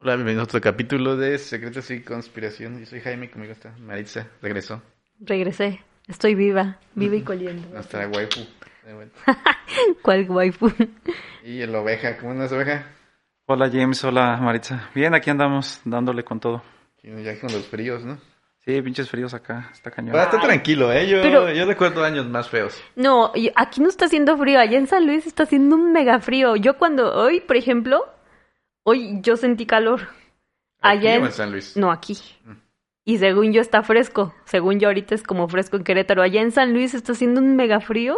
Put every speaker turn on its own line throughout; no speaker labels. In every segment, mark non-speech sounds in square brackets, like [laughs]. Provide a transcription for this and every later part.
Hola, bienvenidos a otro capítulo de Secretos y Conspiración. Yo soy Jaime, conmigo está Maritza. Regresó.
Regresé. Estoy viva. Viva y coliendo. [laughs]
Nuestra waifu. de vuelta.
¿Cuál waifu?
Y el oveja. ¿Cómo andas, oveja?
Hola James, hola Maritza. Bien, aquí andamos dándole con todo.
Y Ya con los fríos, ¿no?
Sí, pinches fríos acá, está cañón.
Va, está tranquilo, ¿eh? Yo,
Pero-
yo recuerdo años más feos.
No, y aquí no está haciendo frío. Allá en San Luis está haciendo un mega frío. Yo cuando hoy, por ejemplo, hoy yo sentí calor.
Aquí
Ayer-
o en San Luis.
No, aquí.
Mm.
Y según yo está fresco. Según yo ahorita es como fresco en Querétaro. Allá en San Luis está haciendo un mega frío,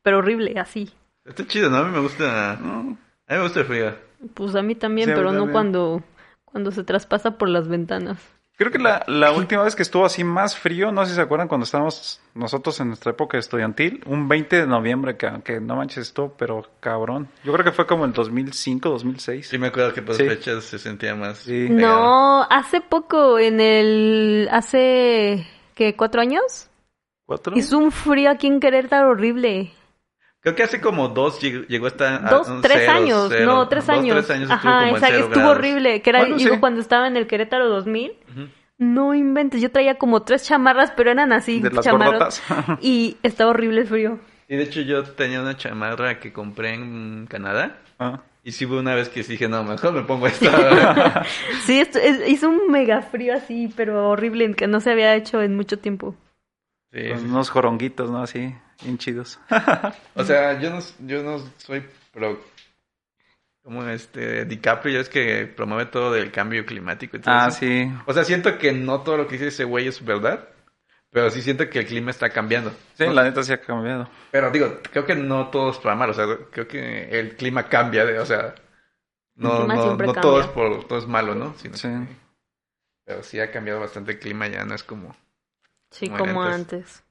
pero horrible, así.
Está chido, ¿no? A mí me gusta... A
No,
mí me gusta el frío.
Pues a mí también,
Sí, a mí
pero no
también.
cuando, cuando se traspasa por las ventanas.
Creo que la, la última vez que estuvo así más frío, no sé si se acuerdan cuando estábamos nosotros en nuestra época estudiantil, un 20 de noviembre, que, que no manches esto, pero cabrón. Yo creo que fue como el 2005, 2006.
Sí me acuerdo que por
Sí.
fechas se sentía más...
Sí.
pegado.
No, hace poco, en el... hace... ¿qué? ¿Cuatro años?
¿Cuatro?
Hizo un frío aquí en Querétaro horrible.
Creo que hace como dos lleg- llegó hasta... a
Dos,
Ah, un
tres
cero,
años.
cero.
No, tres
Dos,
años.
tres años estuvo
Ajá,
como en
exacto,
cero
estuvo
grados.
horrible. Que era
Bueno,
yo
sí.
cuando estaba en el Querétaro 2000.
Ujú.
No inventes, yo traía como tres chamarras, pero eran así,
de las
chamarras.
gordotas. [laughs]
Y estaba horrible el frío.
Y de hecho yo tenía una chamarra que compré en Canadá.
Ah,
Y sí hubo una vez que sí dije, no, mejor me pongo
[laughs]
esta.
Sí, esto- es- hizo un mega frío así, pero horrible, que no se había hecho en mucho tiempo.
Sí,
con
sí.
unos joronguitos, ¿no? Así, bien chidos.
O sea, yo no, yo no soy pro... Como este DiCaprio, ya es que promueve todo del cambio climático y todo
ah,
eso.
sí.
O sea, siento que no todo lo que dice ese güey es verdad, pero sí siento que el clima está cambiando.
Sí, la neta sí ha cambiado.
Pero digo, creo que no todo es para mal, o sea, creo que el clima cambia, de- o sea,
El
no,
clima
no,
siempre
no todo, es
cambia.
por, todo es malo, ¿no? Sino
Sí.
que- pero sí ha cambiado bastante el clima, ya no es como...
Sí,
Muy pues.
como
lentos.
antes.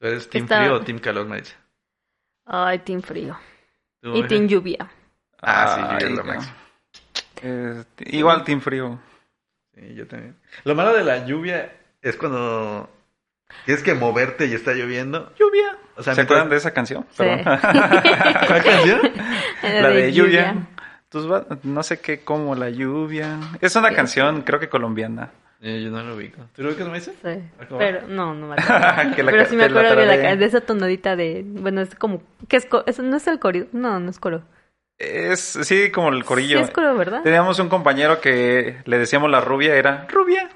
¿Tú eres team
Está-
frío o team calor, Maritza?
Ay, team frío.
¿Tú,
Y
Maritza?
team lluvia.
Ah, sí, yo
Ay,
es lo
no.
máximo.
Eh, igual Team Frío.
Sí, yo también. Lo malo de la lluvia es cuando tienes que moverte y está lloviendo.
Lluvia.
O sea,
¿Se acuerdan de
mientras-
esa canción?
Sí. [laughs]
[laughs]
¿Cuál canción?
La de lluvia. Tus va- no sé qué, como la lluvia. Es una canción, creo que colombiana. [laughs]
Eh, yo no lo ubico. ¿Tú lo ubicas, Maisa?
Sí,
Ah, ¿Cómo?
pero no, no me acuerdo.
Que la
pero
ca-
sí me
te la
acuerdo de, la,
tararé.
ca- de esa tonadita de. Bueno, es como. ¿Qué es co- eso no es el coro? No, no es coro.
Es, sí, como el corillo.
Sí, es coro, ¿verdad?
Teníamos un compañero que le decíamos la rubia, era rubia.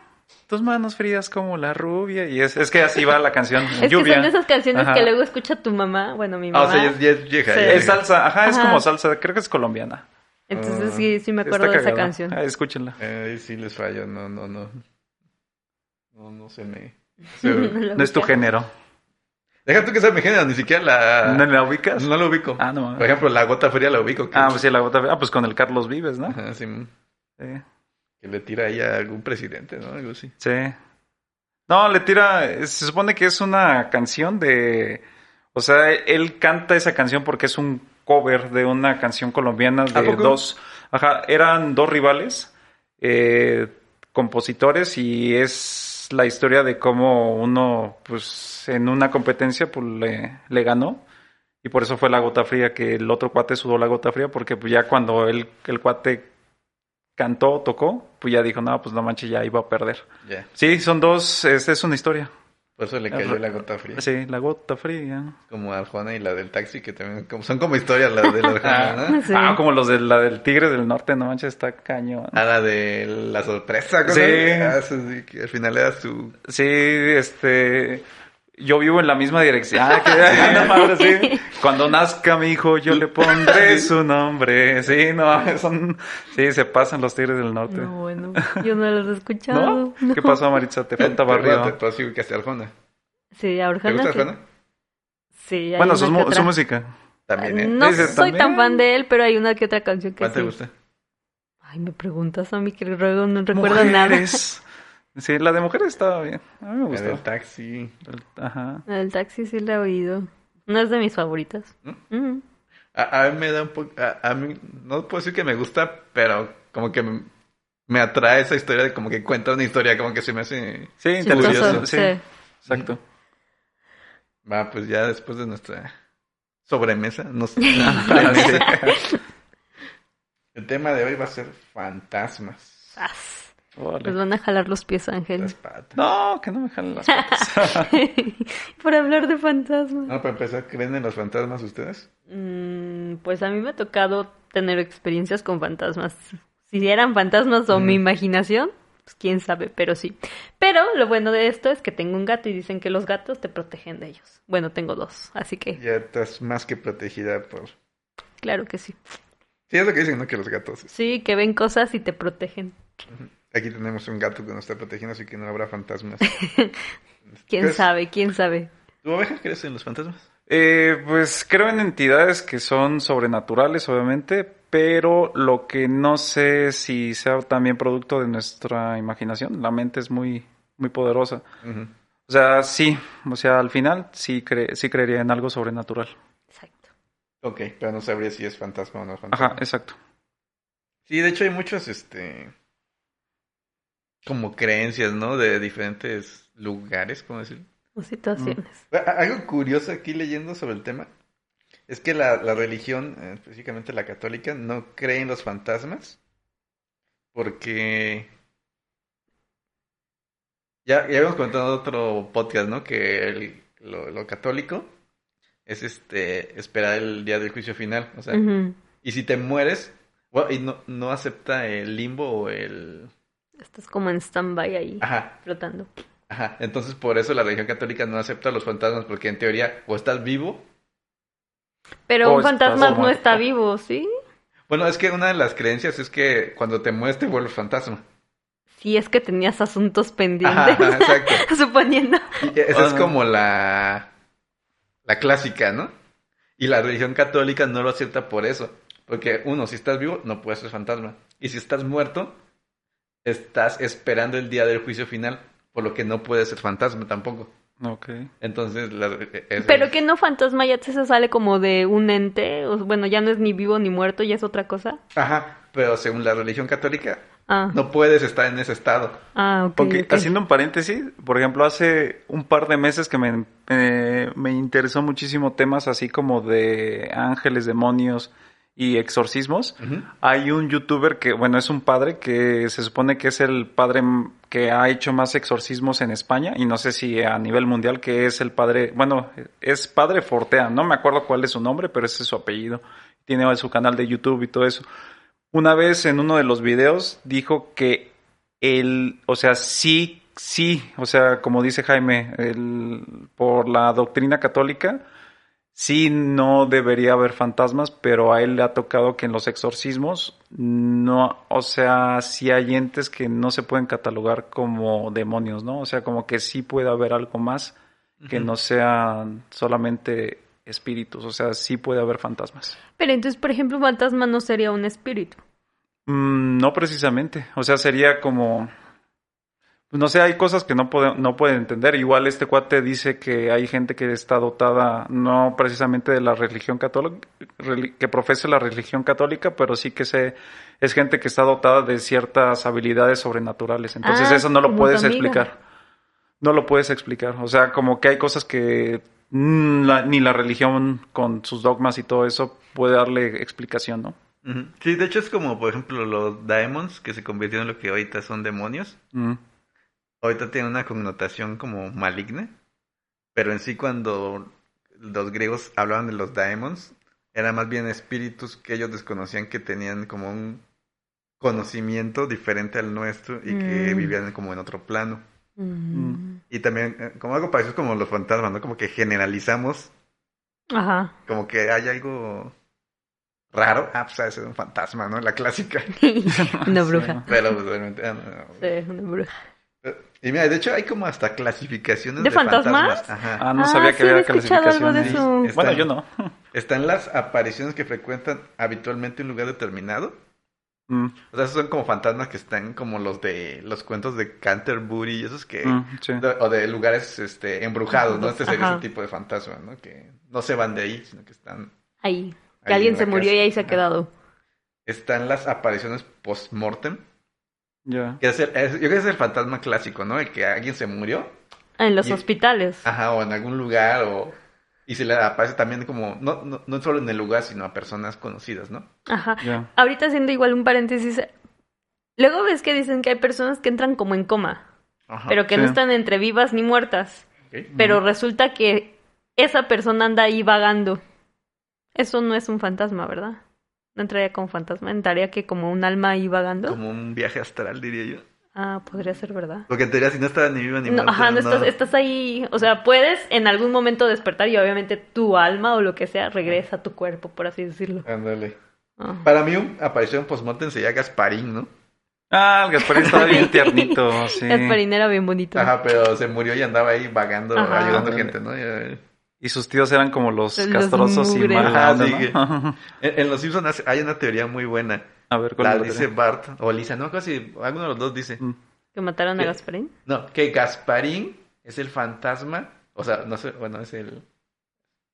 Tus manos frías como la rubia. Y es, es que así va la canción.
[laughs] Es que
lluvia.
son de esas canciones
Ajá.
que luego escucha tu mamá. Bueno, mi
Ah,
mamá.
o sea, ya es, ya es vieja.
Sí.
ya
Es
vieja.
salsa, ajá, es
Ajá.
como salsa, creo que es colombiana.
Entonces
Ah.
sí, sí me acuerdo de
Está
esa
cagada.
[laughs] canción.
Ah, escúchenla.
Ay, sí les fallo, no, no, no. No, no se
[laughs]
me... se-
La
No es tu
ubica.
género.
Deja tú que sea mi género, ni siquiera la...
¿No la ubicas?
Ah, No lo ubico.
Ah, no.
Por ejemplo, la gota fría la ubico. que-
Ah, pues sí, la gota. Ah, pues con el Carlos Vives, ¿no?
Ajá, sí, mm,
Sí.
que le tira ahí a algún presidente, ¿no? Algo así.
Sí. No, le tira. Se supone que es una canción de. O sea, él canta esa canción porque es un cover de una canción colombiana
¿A
de
poco?
dos. Ajá, eran dos rivales, eh, compositores, y es la historia de cómo uno, pues, en una competencia, pues, le, le ganó. Y por eso fue la gota fría, que el otro cuate sudó la gota fría, porque pues ya cuando el, el cuate cantó, tocó, pues ya dijo, no, pues no manches, ya iba a perder.
Ya.
Sí, son dos, es, es una historia.
Por eso le
Ah,
cayó
pero-
la gota fría.
Sí, la gota fría.
Como a Juana y la del taxi, que también como, son como historias las
[laughs]
de la de Juana, ¿no?
Sí.
Ah, como los de la del Tigre del Norte, no manches, está cañón.
A la de la sorpresa, ¿cómo
Sí.
se llama? Ah, sí, sí, que al final era su...
Sí, este... Yo vivo en la misma dirección. Ah,
[laughs]
que- no mames, sí. Cuando nazca mi hijo, yo le pondré su nombre. Sí, no mames, son... Sí, se pasan los Tigres del Norte.
No,
[laughs]
bueno, yo no los he escuchado.
¿No? ¿Qué pasó, Maritza? Te falta barrio.
Tú así ubicaste a Arjona.
Sí, a
¿Te
Orjana.
gusta
sí.
Arjona?
Sí, hay
Bueno,
una
su,
que
mu-
otra.
su música.
También, ¿eh?
Ah, No
Dice,
soy tan
también.
fan de él, pero hay una que otra canción que
¿Cuál
sí.
te gusta?
Ay, me preguntas a mí que luego no recuerdo nada.
Mujeres. Sí, la de mujeres estaba bien. A mí me
La del
gustó.
taxi.
Ajá.
El taxi sí la he oído. No es de mis favoritas. Mm.
A, a mí me da un poco... A, a mí... No puedo decir que me gusta, pero como que me, me atrae esa historia de como que cuenta una historia, como que se me hace...
Sí,
Chistoso,
interesante. Sí,
sí.
exacto.
Va, pues ya después de nuestra sobremesa, nos... [laughs]
[laughs]
Ah, sí.
El tema de hoy va a ser fantasmas.
As.
Órale.
Nos Pues van a jalar los pies, Ángel. [laughs]
Las patas.
No, que no me jalen las patas.
Por hablar de fantasmas.
No, para empezar, ¿creen en los fantasmas ustedes?
Mm, pues a mí me ha tocado tener experiencias con fantasmas. Si eran fantasmas o mi imaginación, pues quién sabe, pero sí. Pero lo bueno de esto es que tengo un gato y dicen que los gatos te protegen de ellos. Bueno, tengo dos, así que
Ya estás más que protegida por...
claro que sí.
Sí, es lo que dicen, ¿no? Que los gatos.
Sí, que ven cosas y te protegen.
Aquí tenemos un gato que nos está protegiendo, así que no habrá fantasmas.
¿Quién
¿Crees-
sabe? ¿Quién sabe?
[laughs] ¿Tu oveja crees en los fantasmas?
Eh, pues creo en entidades que son sobrenaturales, obviamente, pero lo que no sé si sea también producto de nuestra imaginación. La mente es muy, muy poderosa.
Ujú.
O sea, sí, o sea, al final sí, cre- sí creería en algo sobrenatural.
Exacto.
Ok, pero no sabría si es fantasma o no es fantasma.
Ajá, exacto.
Sí, de hecho hay muchas, este, como creencias, ¿no? De diferentes lugares, ¿cómo decirlo?
O situaciones.
A- a- Algo curioso aquí leyendo sobre el tema es que la, la religión, eh, específicamente la católica, no cree en los fantasmas porque... Ya, ya habíamos contado en otro podcast, ¿no? Que el- lo, lo católico es este esperar el día del juicio final, o sea,
Ujú.
y si te mueres, bueno, y no, no acepta el limbo o el...
Estás como en stand-by ahí,
Ajá,
flotando.
ajá. Entonces por eso la religión católica no acepta los fantasmas, porque en teoría o estás vivo.
Pero
Oh,
un
estás
fantasma no
muerto.
está vivo, ¿sí?
Bueno, es que una de las creencias es que cuando te mueres te vuelves
[laughs]
fantasma.
Si es que tenías asuntos
Ajá,
pendientes, [laughs]
ajá, exacto.
suponiendo.
Y e, esa es
Ajá.
como la, la clásica, ¿no? Y la religión católica no lo acepta por eso. Porque uno, si estás vivo, no puedes ser fantasma. Y si estás muerto, estás esperando el día del juicio final, por lo que no puedes ser fantasma tampoco.
Ok.
Entonces, la, e, es-
Pero que no fantasma ya te se sale como de un ente, o, bueno, ya no es ni vivo ni muerto, ya es otra cosa.
Ajá, pero según la religión católica,
Ah,
no puedes estar en ese estado.
ah ok.
Porque
ok.
haciendo un paréntesis, por ejemplo, hace un par de meses que me, eh, me interesó muchísimo temas así como de ángeles, demonios y exorcismos. Hay un youtuber que, bueno, es un padre que se supone que es el padre m- que ha hecho más exorcismos en España y no sé si a nivel mundial que es el padre, bueno, es padre Fortea, no me acuerdo cuál es su nombre, pero ese es su apellido. Tiene su canal de YouTube y todo eso. Una vez en uno de los videos dijo que el, o sea, sí, sí, o sea, como dice Jaime, el- por la doctrina católica, sí no debería haber fantasmas, pero a él le ha tocado que en los exorcismos no, o sea, sí hay entes que no se pueden catalogar como demonios, ¿no? O sea, como que sí puede haber algo más que
Ujú.
no sean solamente espíritus, o sea, sí puede haber fantasmas.
Pero entonces, por ejemplo, un fantasma no sería un espíritu.
Mm, no precisamente. O sea, sería como. pues, No sé, hay cosas que no puede, no pueden entender. Igual este cuate dice que hay gente que está dotada, no precisamente de la religión católica, que profese la religión católica, pero sí que se, es gente que está dotada de ciertas habilidades sobrenaturales. Entonces
Ah,
eso no lo
como tu
puedes
amiga.
explicar. No lo puedes explicar. O sea, como que hay cosas que mm, la- ni la religión con sus dogmas y todo eso puede darle explicación, ¿no?
Ujú. Sí, de hecho es como, por ejemplo, los daemons que se convirtieron en lo que ahorita son demonios.
Mm.
Ahorita tienen una connotación como maligna. Pero en sí, cuando los griegos hablaban de los daemons, eran más bien espíritus que ellos desconocían que tenían como un conocimiento diferente al nuestro y que
Mm.
vivían como en otro plano.
Mm.
Y también, eh, como algo parecido como los fantasmas, ¿no? Como que generalizamos [laughs]
Ajá.
como que hay algo raro. Ah, pues es un fantasma, ¿no? La clásica.
una
Sí.
bruja.
Pero pues, realmente. ah, no, no.
Sí, una bruja.
Y mira, de hecho hay como hasta clasificaciones
¿De
de,
fantasmas?
fantasmas. Ajá.
Ah, no
Ah,
sabía
sí,
que había Este,
había escuchado algo de
clasificaciones.
eso. Sí,
Bueno,
Está-
yo no.
Están las apariciones que frecuentan habitualmente un lugar determinado.
Mm,
O sea, esos son como fantasmas que están como los de los cuentos de Canterbury y esos que.
mm, sí.
de- o de lugares este, embrujados, ¿no? Este sería
Ajá.
ese tipo de fantasma, ¿no? Que no se van de ahí, sino que están.
Ahí. Que
ahí
alguien
en la
se murió
casa.
y ahí se ha
Ajá.
quedado.
Están las apariciones post-mortem.
Ya.
Que es el- es- yo creo que es el fantasma clásico, ¿no? El que alguien se murió,
Ah, En los
Y-
hospitales.
ajá, o en algún lugar, o... Y se le aparece también como, no, no, no solo en el lugar, sino a personas conocidas, ¿no?
Ajá.
Ya.
Ahorita haciendo igual un paréntesis, Luego ves que dicen que hay personas que entran como en coma,
Ajá.
pero que no
sí.
están entre vivas ni muertas.
Ok.
Pero resulta que esa persona anda ahí vagando. Eso no es un fantasma, ¿verdad? No entraría como fantasma, entraría que como un alma ahí vagando.
Como un viaje astral, diría yo.
Ah, podría ser, ¿verdad?
Porque en teoría, si no estaba ni vivo ni
No,
muerto,
ajá, no estás,
no.
estás ahí, o sea, puedes en algún momento despertar y obviamente tu alma o lo que sea regresa a tu cuerpo, por así decirlo.
Ándale.
Ah.
Para mí, un- apareció en Postmortem sería Gasparín, ¿no?
Ah, el Gasparín estaba
[laughs]
bien tiernito, sí.
Gasparín era bien bonito.
Ajá, pero se murió y andaba ahí vagando,
Ajá.
ayudando
Ándale.
gente, ¿no? Ya-
Y sus tíos eran como los,
Los
castrosos y
mugres.
mal.
Ajá,
onda,
sí,
¿no?
En, en Los Simpsons hace- hay una teoría muy buena.
[laughs] A ver, ¿cuál
La
es la
dice
teoría?
Bart o Lisa, no, casi alguno de los dos dice.
Mm.
Que mataron a
¿Qué?
Gasparín.
No, que Gasparín es el fantasma, o sea, no sé, bueno, es el...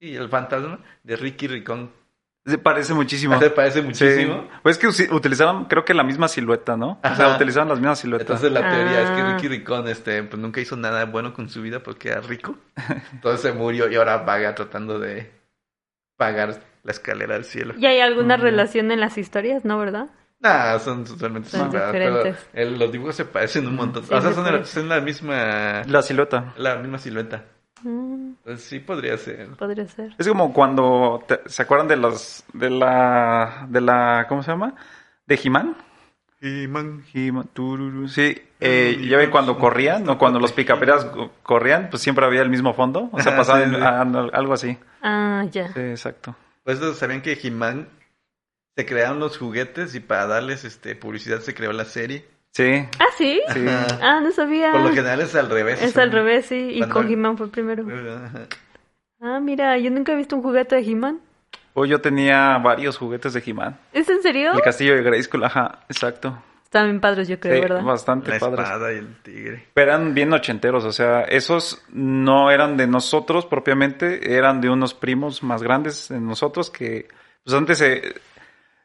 Sí, el fantasma de Ricky Ricón.
Se parece
[laughs]
muchísimo.
Se parece muchísimo.
Sí. Pues es que usi- utilizaban, creo que la misma silueta, ¿no? O sea,
Ajá.
utilizaban las mismas siluetas.
Entonces la
Ah.
teoría es que Ricky Ricón este, pues, nunca hizo nada bueno con su vida porque era rico. Entonces se murió y ahora vaga tratando de pagar la escalera al cielo.
Y hay alguna
Mm.
relación en las historias, ¿no, verdad?
Nah, son totalmente
Son
separadas,
diferentes.
Pero el- los dibujos se parecen un montón.
Sí,
o sea,
se
son,
parecen.
son la misma
La silueta.
la misma silueta.
Mm,
Entonces sí podría ser.
podría ser.
Es como cuando te- se acuerdan de las de la de la ¿cómo se llama? De He-Man. He-Man, tururú. Sí, eh, ya ve cuando corrían o cuando los picaperas co- corrían, pues siempre había el mismo fondo, o sea,
Ah,
pasaban
sí, sí.
a- a- algo así.
Ah, ya.
Sí, exacto.
Pues ¿no? sabían que He-Man se crearon los juguetes y para darles este publicidad se creó la serie.
Sí.
Ah, sí.
Sí.
Ajá.
Ah, no sabía.
Por lo general es al revés. [laughs]
Es al revés, sí. Y
Cuando-
con He-Man fue primero.
Ajá.
Ah, mira, yo nunca he visto un juguete de He-Man.
Hoy yo tenía varios juguetes de He-Man.
¿Es en serio?
El castillo de Grayskull, ajá, exacto.
Están bien padres, yo creo,
Sí,
¿verdad?
bastante
La
padres.
espada y el tigre.
Pero eran bien ochenteros, o sea, esos no eran de nosotros propiamente, eran de unos primos más grandes de nosotros que, pues antes se,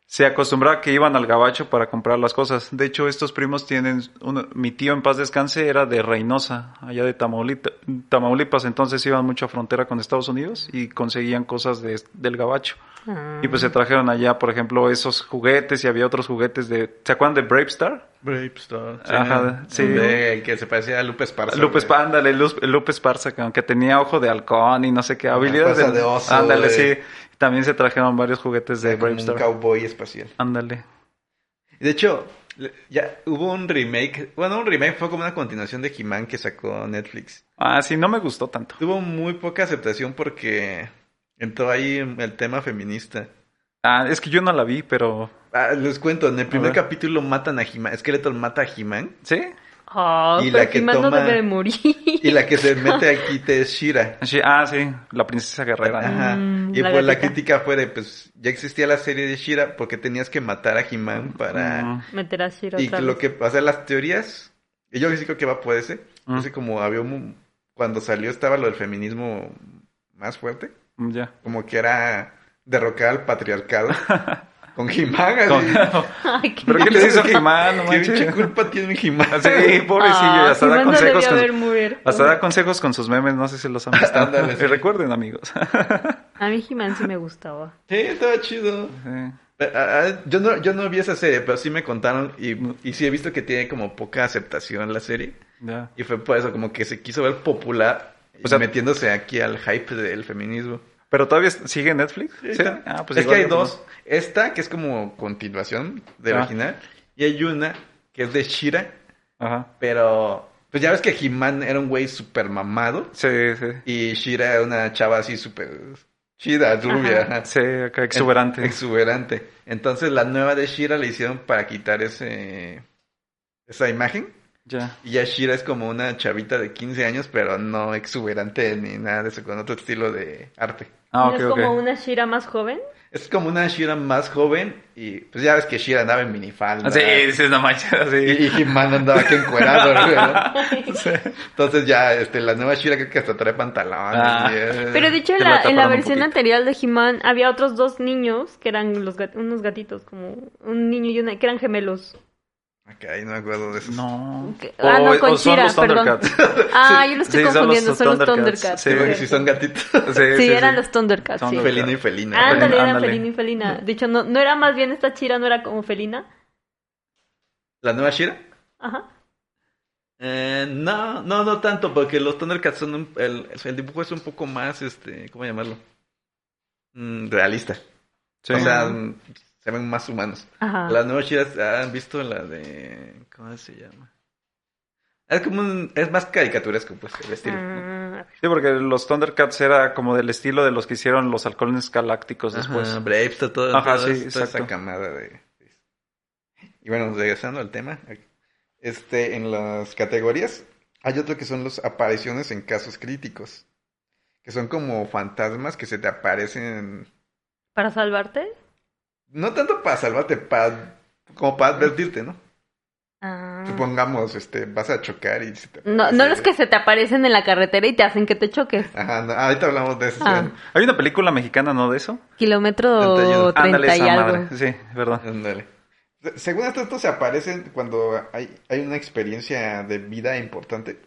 se acostumbraba que iban al gabacho para comprar las cosas. De hecho, estos primos tienen, uno- mi tío en paz descanse era de Reynosa, allá de Tamaulita- Tamaulipas, entonces iban mucho a frontera con Estados Unidos y conseguían cosas de- del gabacho.
Ah.
Y pues se trajeron allá, por ejemplo, esos juguetes y había otros juguetes de, ¿se acuerdan de Brave Star?
Brave Star.
Ajá, sí.
De- el que se parecía a Lupe Esparza.
Lupe
güey.
Esparza, ándale, Luz- Lupe Esparza, que aunque tenía ojo de halcón y no sé qué, habilidades
fuerza de oso,
Ándale,
güey.
sí. También se trajeron varios juguetes de
Como
Brave
un
Star.
cowboy espacial.
Ándale.
De hecho, le- ya hubo un remake. Bueno, un remake fue como una continuación de He-Man que sacó Netflix.
Ah, sí, no me gustó tanto.
Tuvo muy poca aceptación porque entró ahí el tema feminista.
Ah, es que yo no la vi, pero.
Ah, les cuento, en el primer
ver.
capítulo matan a He-Man. Skeletor mata a He-Man.
¿Sí?
Ah,
Y
pero
la que
He-Man no
toma-
debe de
[laughs]
morir.
Y la que se mete aquí te es Shira.
Sí, Ah, sí, la princesa guerrera.
Ajá.
Mm,
y
la
pues la
gatita.
crítica fue de, pues, ya existía la serie de Shira porque tenías que matar a He-Man para...
Mm.
Meter a Shiro
Y
otra
lo
vez.
que pasa, las teorías, y yo sí creo que va por ese.
Mm.
Ese como había un- cuando salió estaba lo del feminismo más fuerte,
Mm, Ya.
como que era derrocar al
[laughs]
patriarcado con Jimán.
Con- [laughs]
[laughs] Ay, qué
¿Pero qué les hizo He-Man?
[laughs]
No
¿Qué
manches.
pinche culpa tiene
[laughs]
Jimán?
Sí, pobrecillo,
Ah,
y hasta da
He-Man no
consejos
debió
con.
haber muerto.
Hasta da consejos con sus memes, no sé si los han visto. [laughs]
Ándale, sí.
Y Recuerden, amigos.
A mí He-Man sí me gustaba.
Sí, estaba chido.
Sí.
Eh, ah, ah, Yo no, yo no vi esa serie, pero sí me contaron y, y sí he visto que tiene como poca aceptación la serie.
Ya.
Y fue por eso como que se quiso ver popular,
O sea-
metiéndose aquí al hype del feminismo.
Pero todavía sigue en Netflix.
Sí, está.
Ah,
es
pues
que
igual
hay
ya tengo.
dos. Esta, que es como continuación de la
Ah.
original. Y hay una, que es de Shira.
Ajá.
Pero, pues ya ves que He-Man era un güey súper mamado.
Sí, sí.
Y Shira era una chava así súper chida, rubia. ajá.
Sí, acá exuberante.
Exuberante. Entonces la nueva de Shira la hicieron para quitar ese esa imagen.
ya.
Y ya Shira es como una chavita de 15 años, pero no exuberante ni nada de eso, con otro estilo de arte.
Ah,
¿No
ok,
es
ok.
como una Shira más joven?
Es como una Shira más joven y pues ya ves que Shira andaba en minifalda.
Ah, Sí, sí, es la mancha, [laughs]
Y,
sí.
y He-Man andaba aquí encuerado, güey,
[laughs]
¿no? Sí. Entonces ya, este, la nueva Shira creo que hasta trae pantalones.
Ah.
y, eh,
Pero dicho
que
en
la
la, en la
taparon un
versión
poquito.
anterior de He-Man, había otros dos niños que eran los gat- unos gatitos, como un niño y una, que eran gemelos.
Ok, no me acuerdo de eso.
No.
Que- ah,
eh,
no, con Shira, perdón. [laughs] Ah, yo lo estoy
Sí, son
confundiendo,
los
son los
Thundercats.
Thundercats.
Sí,
porque
cierto.
si son gatitos,
[laughs] Sí,
Sí,
sí,
eran
sí.
los Thundercats, sí.
Thundercats.
felino y felina.
Ándale, eran
Ándale.
felina y felina. De hecho, no, no era más bien esta Shira, no era como felina.
¿La nueva Shira?
Ajá.
Eh, no, no, no tanto, porque los Thundercats son un- el, el dibujo es un poco más, este, ¿cómo llamarlo? Mm, realista.
Sí.
O sea, mm, se ven más humanos.
Ajá.
Las nuevas chidas han visto la de. ¿Cómo se llama? Es como un. Es más caricaturesco, pues, el estilo. ¿no?
Ah,
Sí, porque los Thundercats era como del estilo de los que hicieron los halcones galácticos después.
Ajá, Braves, todo, todo-
Ajá,
todo-
sí,
toda esa
exacto.
camada de. Y bueno, regresando al tema. Este, en las categorías, hay otro que son las apariciones en casos críticos. Que son como fantasmas que se te aparecen.
¿Para salvarte?
No tanto para salvarte, para, como para advertirte, ¿no?
Ah.
Supongamos, este, vas a chocar y se te
No,
aparece-
no los que se te aparecen en la carretera y te hacen que te choques.
Ajá, no, ahorita hablamos de eso.
Ah.
Hay una película mexicana, ¿no? De eso.
Kilómetro
31.
30 y
esa
algo.
madre. Sí, verdad.
Ándale. Se- Según esto, estos se aparecen cuando hay, hay una experiencia de vida importante.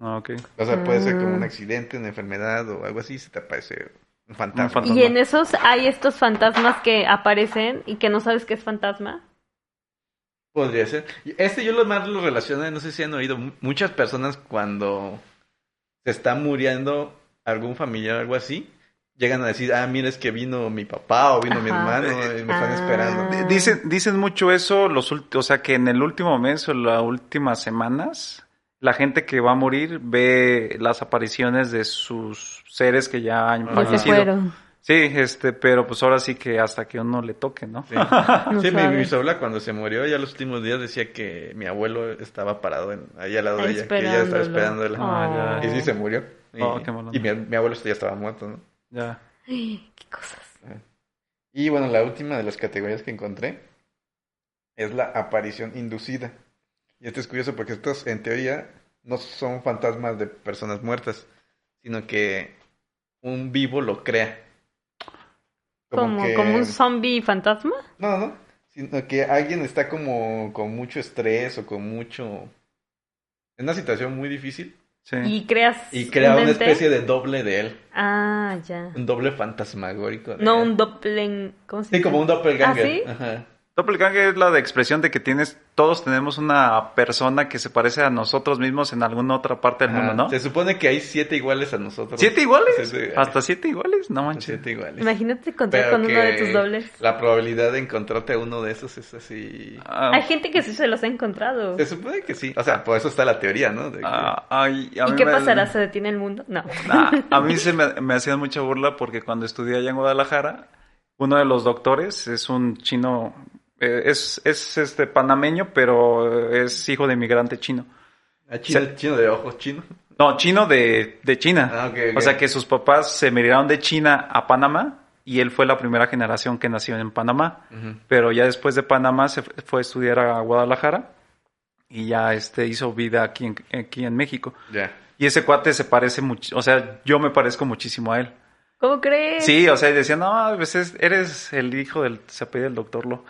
Ah, ok.
O sea, puede ser como
Ah.
un accidente, una enfermedad o algo así, se te aparece un
Un
fantasma.
fantasma.
Y en esos hay estos fantasmas que aparecen y que no sabes que es fantasma.
Podría ser. Y Este yo lo más lo relaciono, no sé si han oído, mu- muchas personas cuando se está muriendo algún familiar o algo así, llegan a decir, ah, mira, es que vino mi papá o vino mi
Ajá.
hermano y me están
Ah.
esperando.
D- Dicen, dicen mucho eso los ult- o sea que en el último mes o las últimas semanas, la gente que va a morir ve las apariciones de sus seres que ya han
Ah.
Pues se
fallecido.
fueron.
Sí, este, pero pues ahora sí que hasta que uno le toque, ¿no?
Sí,
No
Sí, mi, mi
sabes.
bisabuela cuando se murió, ya los últimos días decía que mi abuelo estaba parado en, ahí al lado de ella, que ella estaba
Esperándolo.
esperándola.
Ah,
Y sí se murió. Y,
Oh, qué malo.
y mi, mi abuelo ya estaba muerto, ¿no?
Ya.
Ay, [gasps] Qué cosas.
Y bueno, la última de las categorías que encontré es la aparición inducida. Y esto es curioso porque estos, en teoría, no son fantasmas de personas muertas, sino que un vivo lo crea.
Como,
que-
como un zombie fantasma.
No, no, sino que alguien está como con mucho estrés o con mucho... En una situación muy difícil
Sí.
Y creas.
Eh. y crea
un
una
ente.
especie de doble de él,
Ah, ya.
un doble fantasmagórico de
No
él.
un doppelganger. ¿Cómo se
Sí, como un doppelganger.
¿Ah, sí?
Ajá.
Doppelganger es la de expresión de que tienes, todos tenemos una persona que se parece a nosotros mismos en alguna otra parte del mundo,
Ajá.
¿no?
Se supone que hay siete iguales a nosotros.
¿Siete iguales?
Siete
Hasta siete iguales, no manches.
Siete iguales.
Imagínate contar
Pero
con uno de
que
tus dobles.
La probabilidad de encontrarte a uno de esos es así.
Ah,
Hay gente que sí se los ha encontrado.
Se supone que sí. O sea, por eso está la teoría, ¿no? De que-
ah, ay, a
¿Y
mí
qué
me-
pasará? ¿Se detiene el mundo? No.
[laughs] Ah, a mí se me, me hacían mucha burla porque cuando estudié allá en Guadalajara, uno de los doctores es un chino, eh, es, es este panameño, pero es hijo de inmigrante chino.
Ah, chino, chino de ojos, chino.
No, chino de, de China.
Ah, ok, ok.
O sea que sus papás se emigraron de China a Panamá y él fue la primera generación que nació en Panamá. Pero ya después de Panamá se fu- fue a estudiar a Guadalajara y ya este hizo vida aquí en, aquí en México.
Ya.
Y ese cuate se parece mucho, o sea, yo me parezco muchísimo a él.
¿Cómo crees?
Este,
Sí, o sea, y decían, no, pues es- eres el hijo del, se apellida el doctor Lo.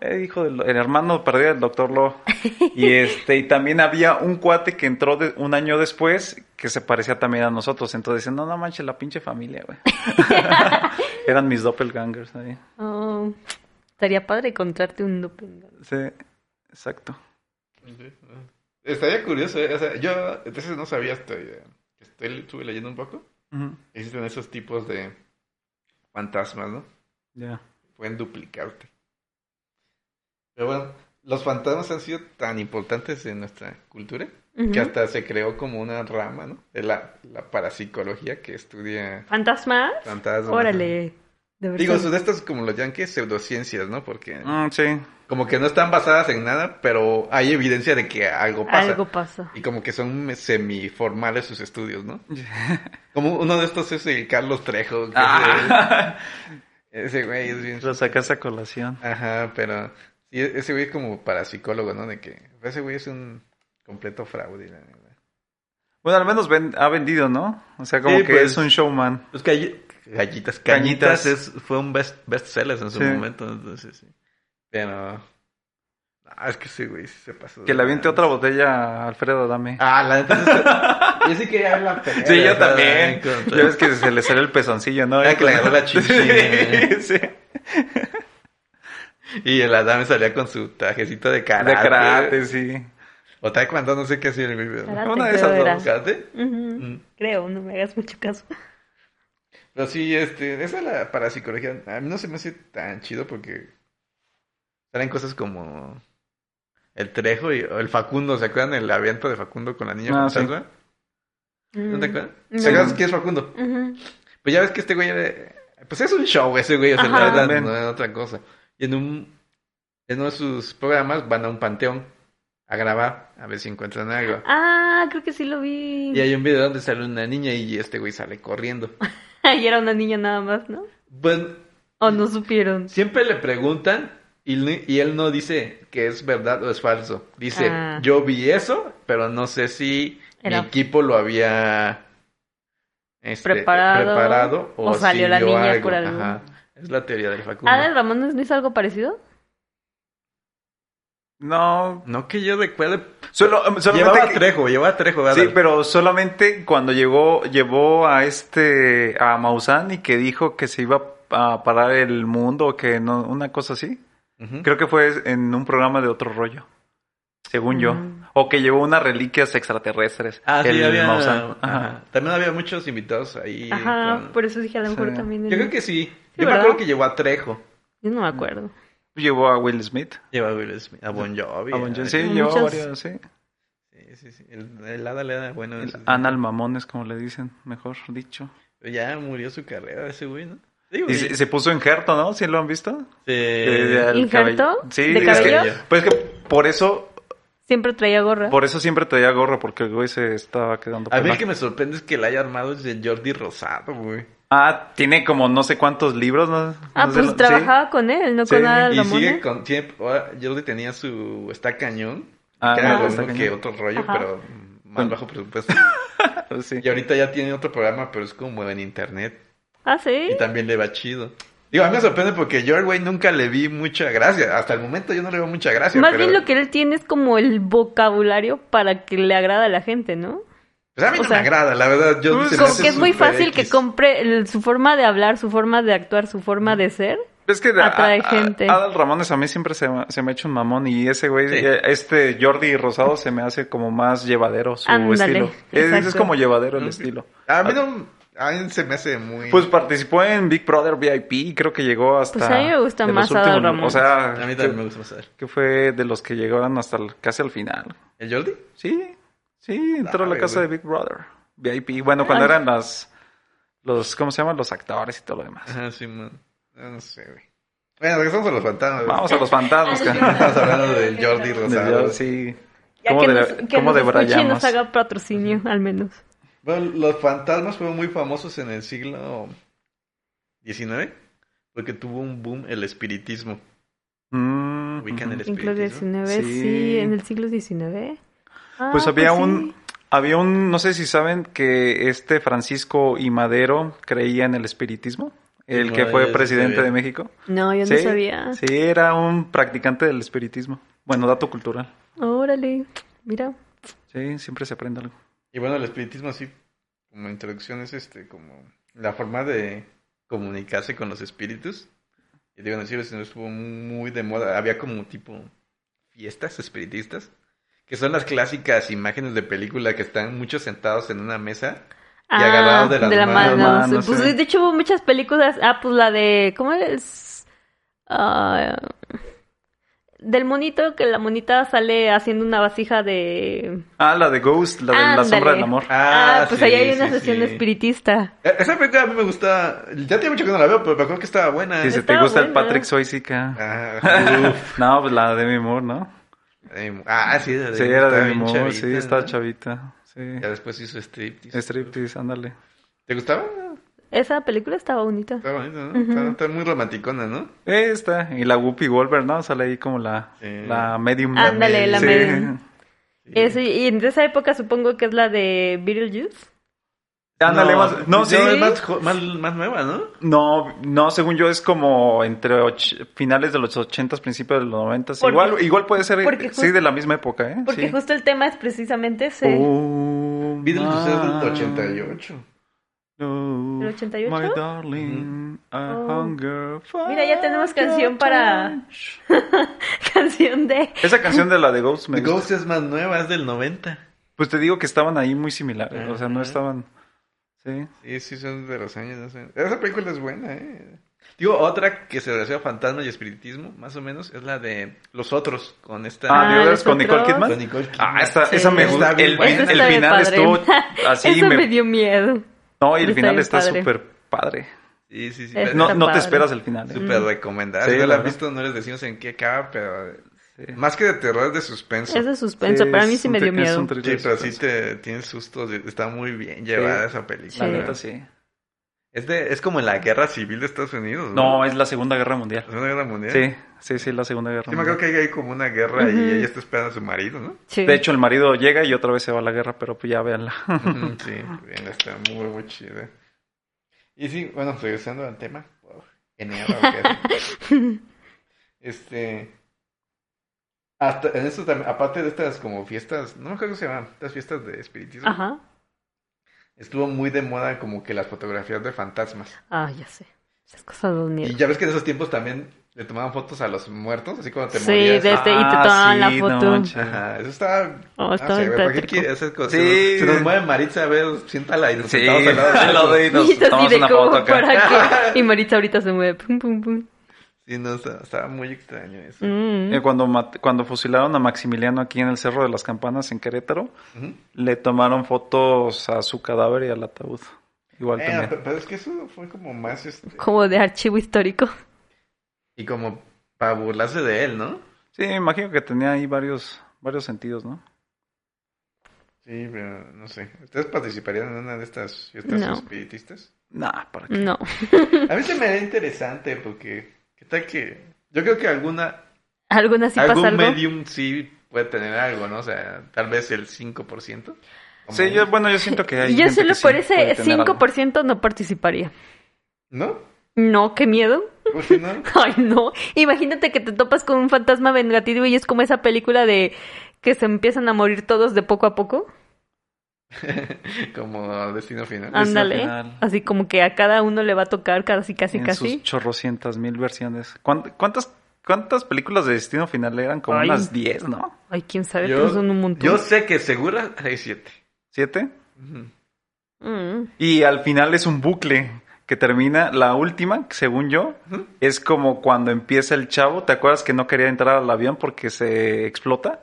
El hijo del, el hermano perdido del doctor Lo.
[laughs]
Y este, y también había un cuate que entró de- un año después que se parecía también a nosotros. Entonces decían, no, no manches, la pinche familia,
[laughs]
güey. Eran mis doppelgangers ahí.
Oh, estaría padre encontrarte un doppelganger.
Sí, exacto.
Estaría curioso. ¿eh? O sea, yo entonces no sabía esto. eh, Estoy, estuve leyendo un poco.
Ujú,
Existen esos tipos de fantasmas, ¿no?
Ya.
pueden duplicarte. Pero bueno, los fantasmas han sido tan importantes en nuestra cultura
Ujú.
que hasta se creó como una rama, ¿no? De la, la parapsicología que estudia
¿Fantasma?
fantasmas.
Órale. De verdad.
Digo, de estas como los yankees, pseudociencias, ¿no? Porque
Mm, sí.
como que no están basadas en nada, pero hay evidencia de que algo pasa.
Algo pasa.
Y como que son semiformales sus estudios, ¿no? Como uno de estos es el Carlos Trejo. que
Ah,
ese, ese güey es bien
[laughs] lo sacaste a colación.
Ajá, pero sí, e- ese güey es como parapsicólogo, ¿no? De que ese güey es un completo fraude, la verdad.
Bueno, al menos ven- ha vendido, ¿no? O sea, como
Sí,
que
pues.
es un showman.
Los gallitas,
Cañitas.
cañitas es- fue un best bestseller en su
Sí.
momento, entonces sí. Pero ah, es que ese güey sí se pasó. de
Que le aviente
lanza.
otra botella a Alfredo Dame.
Ah, la neta. [laughs] yo sí quería ver la pelea.
Sí,
de
yo
Alfredo
también.
Adame
Ya
contra-
ves que se le salió el pezoncillo, ¿no?
Ah, que le agarró la
Sí,
chinchina.
sí.
Y el Adame salía con su trajecito de karate.
De karate, sí.
O taekwondo, no sé qué hacía el video.
Karate,
Una de
creo
esas
era.
dos, karate.
Ujú.
Mm.
Creo, no me hagas mucho caso.
Pero sí, este, esa es la parapsicología. A mí no se me hace tan chido porque salen cosas como el Trejo y o el Facundo. ¿Se acuerdan el aviento de Facundo con la niña
Ah,
fantasma? ¿No te
Mm.
acuerdas?
No.
¿Se acuerdan quién es Facundo?
Mm. Ujú.
Pues ya ves que este güey era- Pues es un show ese güey, o sea,
Ajá.
la verdad,
También.
no es otra cosa. Y en un... En uno de sus programas van a un panteón a grabar, a ver si encuentran algo.
Ah, creo que sí lo vi.
Y
[laughs]
hay un video donde sale una niña y este güey sale corriendo.
Y era una niña nada más, ¿no?
Bueno,
O no supieron.
Siempre le preguntan y, ni- y él no dice que es verdad o es falso. Dice,
Ah.
yo vi eso, pero no sé si
Era-
mi equipo lo había este,
Preparado,
preparado o,
o salió la
siguió
niña
algo".
por algún-
Ajá. Es la teoría del Facundo.
¿Adel Ramones no hizo algo parecido?
No,
No que yo recuerde.
solo, solamente
Llevaba
que-
Trejo, llevaba Trejo.
Sí,
Adal.
pero solamente cuando llegó, llevó a este, a Maussan y que dijo que se iba a parar el mundo o que no, una cosa así.
Ujú.
Creo que fue en un programa de otro rollo, según yo.
Mm.
O que llevó unas reliquias extraterrestres.
Ah, sí,
el
había...
Maussan. Ajá.
ajá. También había muchos invitados ahí.
Ajá,
con-
por eso dije a lo
Sí.
mejor también.
Yo
en-
creo que Mm. sí. yo me
¿verdad?
acuerdo que llevó a Trejo.
Yo no me acuerdo.
Llevó a Will Smith.
Llevó a Will Smith, a Bon Jovi.
A Bon Jovi. Sí,
Muchos-
llevó a varios, sí.
Sí, sí, sí. El, el Adal era bueno. en
El
sus-
anal mamones, como le dicen, mejor dicho.
Ya murió su carrera ese güey, ¿no? Digo, este,
Y se, se puso injerto, ¿no? ¿Sí lo han visto? Eh,
se-
El
¿Injerto?
cabello. Sí,
¿De
es que-
cabello?
pues es que por eso
Siempre traía gorra.
Por eso siempre traía gorro, porque el güey se estaba quedando
A mí el
pelón.
que me sorprende es que la haya armado es de Jordi Rosado, güey.
Ah, tiene como no sé cuántos libros, ¿no?
Ah,
No sé
pues
lo-
trabajaba con él, no
Sí,
con Adal
Y sigue
Ramones.
con... tiene- ahora Jordi tenía su... Está cañón.
Ah,
que era
no,
lo
está
mismo que
cañón.
otro rollo,
Ajá.
pero más
Con-
bajo presupuesto.
Sí. pues Sí.
Y ahorita ya tiene otro programa, pero es como en internet.
Ah, sí.
Y también le va chido. Digo, a mí me sorprende porque yo al güey nunca le vi mucha gracia. Hasta el momento yo no le veo mucha gracia.
Más
pero-
bien lo que él tiene es como el vocabulario para que le agrada a la gente, ¿no?
Pues a mí
o
no
sea, mm,
me agrada, la verdad. Jordi se me
Como
hace
que es muy
súper
fácil que
X.
compre el- su forma de hablar, su forma de actuar, su forma de ser.
Es que
Atrae
a- a-
gente.
Adal Ramones a mí siempre se, me- se me ha hecho un mamón y ese güey,
Sí.
eh, este Jordi Rosado se me hace como más llevadero su
Ándale,
estilo. Es, es
exacto.
como llevadero el
Ujú.
estilo.
A mí no... A mí se me hace muy...
Pues participó en Big Brother VIP y creo que llegó hasta...
Pues a mí me gusta
de los
más Adal
últimos-
Ramones.
O sea,
A mí
que,
también me gusta más él.
que fue de los que llegaron hasta el- casi al final.
¿El Jordi?
Sí, sí, entró a la
Ay,
casa
güey.
de Big Brother. VIP. Bueno, cuando
Ay.
eran las. Los, ¿cómo se llaman? Los actores y todo lo demás.
Ajá, sí, man. Ah, No sé, güey. Bueno, regresamos a los fantasmas.
Vamos a los
[laughs]
fantasmas,
Ay,
[laughs]
cara.
Estamos hablando del Jordi
De
Rosado.
Dios, sí.
Ya
¿Cómo
que
de-
nos, que
cómo
nos escuche y
debrayamos?
nos haga patrocinio, al menos.
Bueno, los fantasmas fueron muy famosos en el siglo XIX porque tuvo un boom el espiritismo.
Mm,
Ubican el
ujú.
Siglo
espiritismo.
XIX, sí.
Sí.
en el siglo XIX. Ah,
Pues había
sí.
un. Había un. No sé si saben que este Francisco y Madero creía en el espiritismo. El
No,
que
yo
fue
sí
presidente
sabía.
de México.
No, yo
sí,
no sabía.
Sí, era un practicante del espiritismo. Bueno, dato cultural.
Órale, mira.
Sí, siempre se aprende algo.
Y bueno, el espiritismo así, como introducción, es este, como la forma de comunicarse con los espíritus. Y digo, en el siglo XIX estuvo muy de moda. Había como tipo fiestas espiritistas, que son las clásicas imágenes de película que están muchos sentados en una mesa. Y agarrado
Ah,
de las manos.
Manos,
Pues
sí.
sí, de hecho hubo muchas películas. Ah, pues la de. ¿Cómo es? Ah, del monito, que la monita sale haciendo una vasija de.
Ah, la de Ghost, la de la
Ándale.
sombra del amor.
Ah, pues ahí
sí,
hay una
sí,
sesión
sí.
espiritista.
Eh, Esa película a mí me gusta. Ya tiene mucho que no la veo, pero me acuerdo que estaba buena. ¿eh?
Si se te
Estaba
gusta el
buena.
Patrick Swayze, ca-
Ah,
[laughs]
uf.
No, pues la de mi amor, ¿no?
Eh, ah, sí, era de,
Sí, era
estaba
de mi
bien
amor,
chavita,
sí, estaba
¿no?
chavita. Sí.
Ya después hizo striptease.
Striptease, ándale.
¿Te gustaba?
Esa película estaba bonita.
Está bonito, ¿no? Está- está muy romanticona, ¿no?
Esta, y la Whoopi Wolver, ¿no? Sale ahí como la,
Sí.
la medium.
Ándale,
la
medium. Eso, Eh, y en esa época supongo que es la de Beetlejuice.
Ándale, más. No, sí.
es más, jo- más, más nueva, ¿no?
No, no, según yo es como entre och- finales de los 80, principios de los 90.
Porque-
Igual, igual puede ser, eh,
porque
sí,
jus-
de la misma época, ¿eh?
Porque
sí.
justo el tema es
Uh.
precisamente ese.
Ah. pues,
Oh,
Beatles es del
man.
88.
No,
¿El 88?
My darling, I
Oh.
hunger for
Mira, ya tenemos
your
canción para-
touch.
[laughs] Canción de...
Esa canción de la de Ghost me
The
gusta.
Ghost es más nueva, es del 90.
Pues te digo que estaban ahí muy similares. O sea, no
Ajá.
estaban. Sí.
Sí, sí, son de los años. no sé. Esa película es buena, ¿eh? Digo, otra que se relaciona a fantasma y espiritismo, más o menos, es la de Los Otros, con esta.
Ah,
Ah,
The Others
los
con Nicole
otros.
Kidman.
Con Nicole Kidman.
Ah, esa,
Sí.
esa me
Está
gusta.
bien
El,
buena.
el
Eso está bien
final
padre. [laughs]
estuvo así.
Eso me...
me-
dio miedo.
No, y el
está
final
bien
está
padre.
súper padre.
Sí, sí, sí.
Es-
No,
Está
no te
padre.
esperas el final. ¿eh?
Súper recomendada.
Sí,
si no
la
la has
verdad.
visto, no les decimos en qué acaba, pero. eh,
Sí.
Más que de terror, es de suspenso.
Ese suspenso.
Sí,
Para mí
es
sí
un
me
thr-
dio
es
miedo.
un thriller
Sí, pero sí
suspenso.
te tienes sustos. Está muy bien llevada esa película.
La
Sí.
neta, sí.
Es, de, es como
Ah.
en la guerra civil de Estados Unidos.
No, es la Segunda Guerra Mundial.
¿La Segunda Guerra Mundial.
Sí, sí, sí, la Segunda Guerra
Yo ¿Eh? me acuerdo
Mundial.
que ahí hay como una guerra
Ujú.
y ella está esperando a su marido,
[laughs]
¿no?
Sí.
De hecho, el marido llega y otra vez se va a la guerra, pero pues ya véanla.
Ujú, Sí, bien, está muy, muy chida. Y sí, bueno, regresando al tema. wow, genial. la verdad.
[laughs]
este. Hasta, en esto también, aparte de estas como fiestas, no me acuerdo cómo se llaman, estas fiestas de espiritismo,
[laughs] Ajá.
estuvo muy de moda como que las fotografías de fantasmas.
Ah, ya sé. Esas cosas dan miedo.
Y ya ves que en esos tiempos también le tomaban fotos a los muertos, así cuando te
Sí,
morías.
de- Este, y te tomaban la foto.
Ah, manches.
Ajá, eso estaba.
Ah,
Oh,
no
estaba
sé,
bien
Ah, güey, ¿por qué
tétrico. [laughs]
quiere hacer cosas?
Sí.
Se nos mueve Maritza, a ver, siéntala y nos
Sí,
sentamos al lado de
al lado de- nos
Y así
tomamos
de
una
como
foto acá. [laughs]
para qué. Y Maritza ahorita se mueve. Pum, pum, pum.
Sí, no, está- estaba muy extraño eso.
Mm.
Eh, Cuando, mat- cuando fusilaron a Maximiliano aquí en el Cerro de las Campanas, en Querétaro,
Ujú. Eh,
le tomaron fotos a su cadáver y al ataúd. Igual
Eh,
también.
pero, pero es que eso fue como más este,
Mm. Como de archivo histórico.
y como para burlarse de él, ¿no?
Sí, me imagino que tenía ahí varios, varios sentidos, ¿no?
Sí, pero no sé. ¿Ustedes participarían en una de estas fiestas
No.
espiritistas?
Nah, para qué.
No.
A mí se me da interesante porque qué tal que yo creo que alguna
¿Alguna sí
algún
pasa algo?
medium sí puede tener algo, ¿no? O sea, tal vez el 5%. como-
Sí, yo, bueno, yo siento que hay.
Yo
gente
solo
que sí
por
puede
ese
tener algo.
5% no participaría.
¿No?
No, qué miedo. [laughs]
¿Por qué
[laughs]
no?
Ay, no. Imagínate que te topas con un fantasma vengativo y es como esa película de que se empiezan a morir todos de poco a poco.
Como destino final.
Ah. Hasta el
Ándale.
final.
Así como que a cada uno le va a tocar casi, casi,
en
casi.
sus chorrocientas mil versiones. ¿Cuán- ¿Cuántas, cuántas películas de Destino Final eran? Como
Ay.
unas 10, ¿no?
Ay, quién sabe,
Yo-
pero son un montón.
Yo sé que segura [laughs] hay 7.
¿Siete?
Mm.
Y al final es un bucle que termina. La última, según yo,
Ujú.
es como cuando empieza el chavo. ¿Te acuerdas que no quería entrar al avión porque se explota?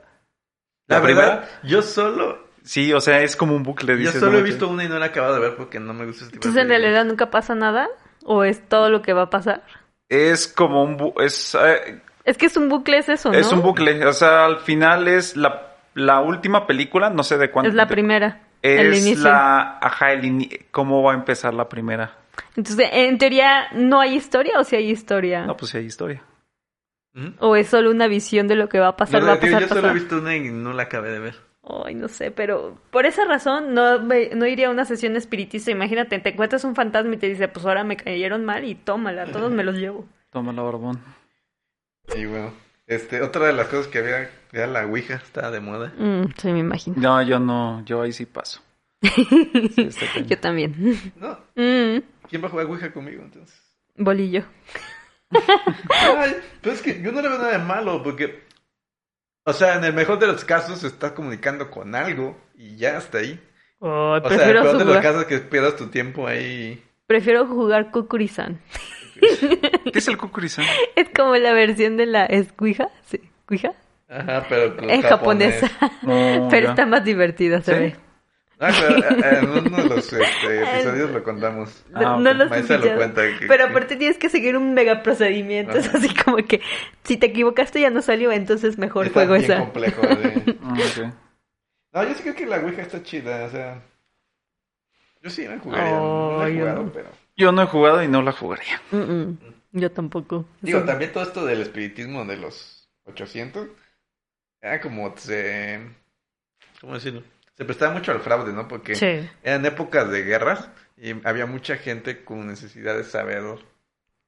La,
La
verdad, yo solo
Sí, o sea, es como un bucle.
Yo
dices,
solo
no
he
manches.
visto una y no la he acabado de ver porque no me gusta este tipo de
Entonces en
películas.
realidad nunca pasa nada o es todo lo que va a pasar.
Es como un... bu- es, eh,
Es que es un bucle, es eso, ¿no?
es un bucle. O sea, al final es la, la última película. No sé de cuánto...
Es la primera. el
Es
inicio.
la... Ajá, el ini- ¿Cómo va a empezar la primera?
Entonces, en teoría, ¿no hay historia o si hay historia?
No, pues sí hay historia.
Ujú.
O es solo una visión de lo que va a pasar,
No,
va a
digo,
pasar,
yo solo he
pasar?
visto una y no la acabé de ver.
Ay, no sé, pero por esa razón no, me- no iría a una sesión espiritista. Imagínate, te encuentras un fantasma y te dice, pues ahora me cayeron mal y tómala, todos me los llevo.
Tómala, barbón.
Y bueno, este, otra de las cosas que había era la Ouija, estaba de
[laughs]
moda.
Mm, sí, me imagino.
No, yo no. Yo ahí sí paso. Sí, está cañón.
Yo también. [laughs]
No,
Mm,
¿quién va a jugar Ouija conmigo entonces?
bolillo.
Ay, pero es que yo no le veo nada de malo porque, o sea, en el mejor de los casos estás comunicando con algo y ya hasta ahí.
Ay,
O sea, en el
prefiero,
peor de los
jugar,
casos que pierdas tu tiempo
[laughs]
ahí.
prefiero jugar Kukurizan.
¿Qué es el cucurizán?
[laughs] Es como la versión de la ¿es cuija? Sí, cuija.
Ajá, pero con los
Es japonesa, [laughs]
japoneses.
No,
pero
ya.
está más divertida, se
¿Sí?
ve.
Ah, pero, eh, en uno de los
[laughs]
este, episodios lo contamos.
No-
Ah,
no
ok.
lo has
Maestra lo
escuchado.
cuenta. que-
Pero aparte tienes que seguir un mega procedimiento. Es
Ajá.
así como que si te equivocaste ya no salió, entonces mejor
Está
juego
bien
esa.
complejo,
[laughs]
sí.
Ah, ok.
No, yo sí creo que la Ouija está chida, o sea. Yo sí me jugaría. no la he
Ay,
jugado,
no.
pero.
Yo no he jugado y no la jugaría.
Mm, mm. Yo tampoco.
Digo,
Eso-
también todo esto del espiritismo de los 800. Era como. Se... ¿Cómo decirlo? Se prestaba mucho al fraude, ¿no? Porque
Sí.
eran épocas de guerras y había mucha gente con necesidad de saber.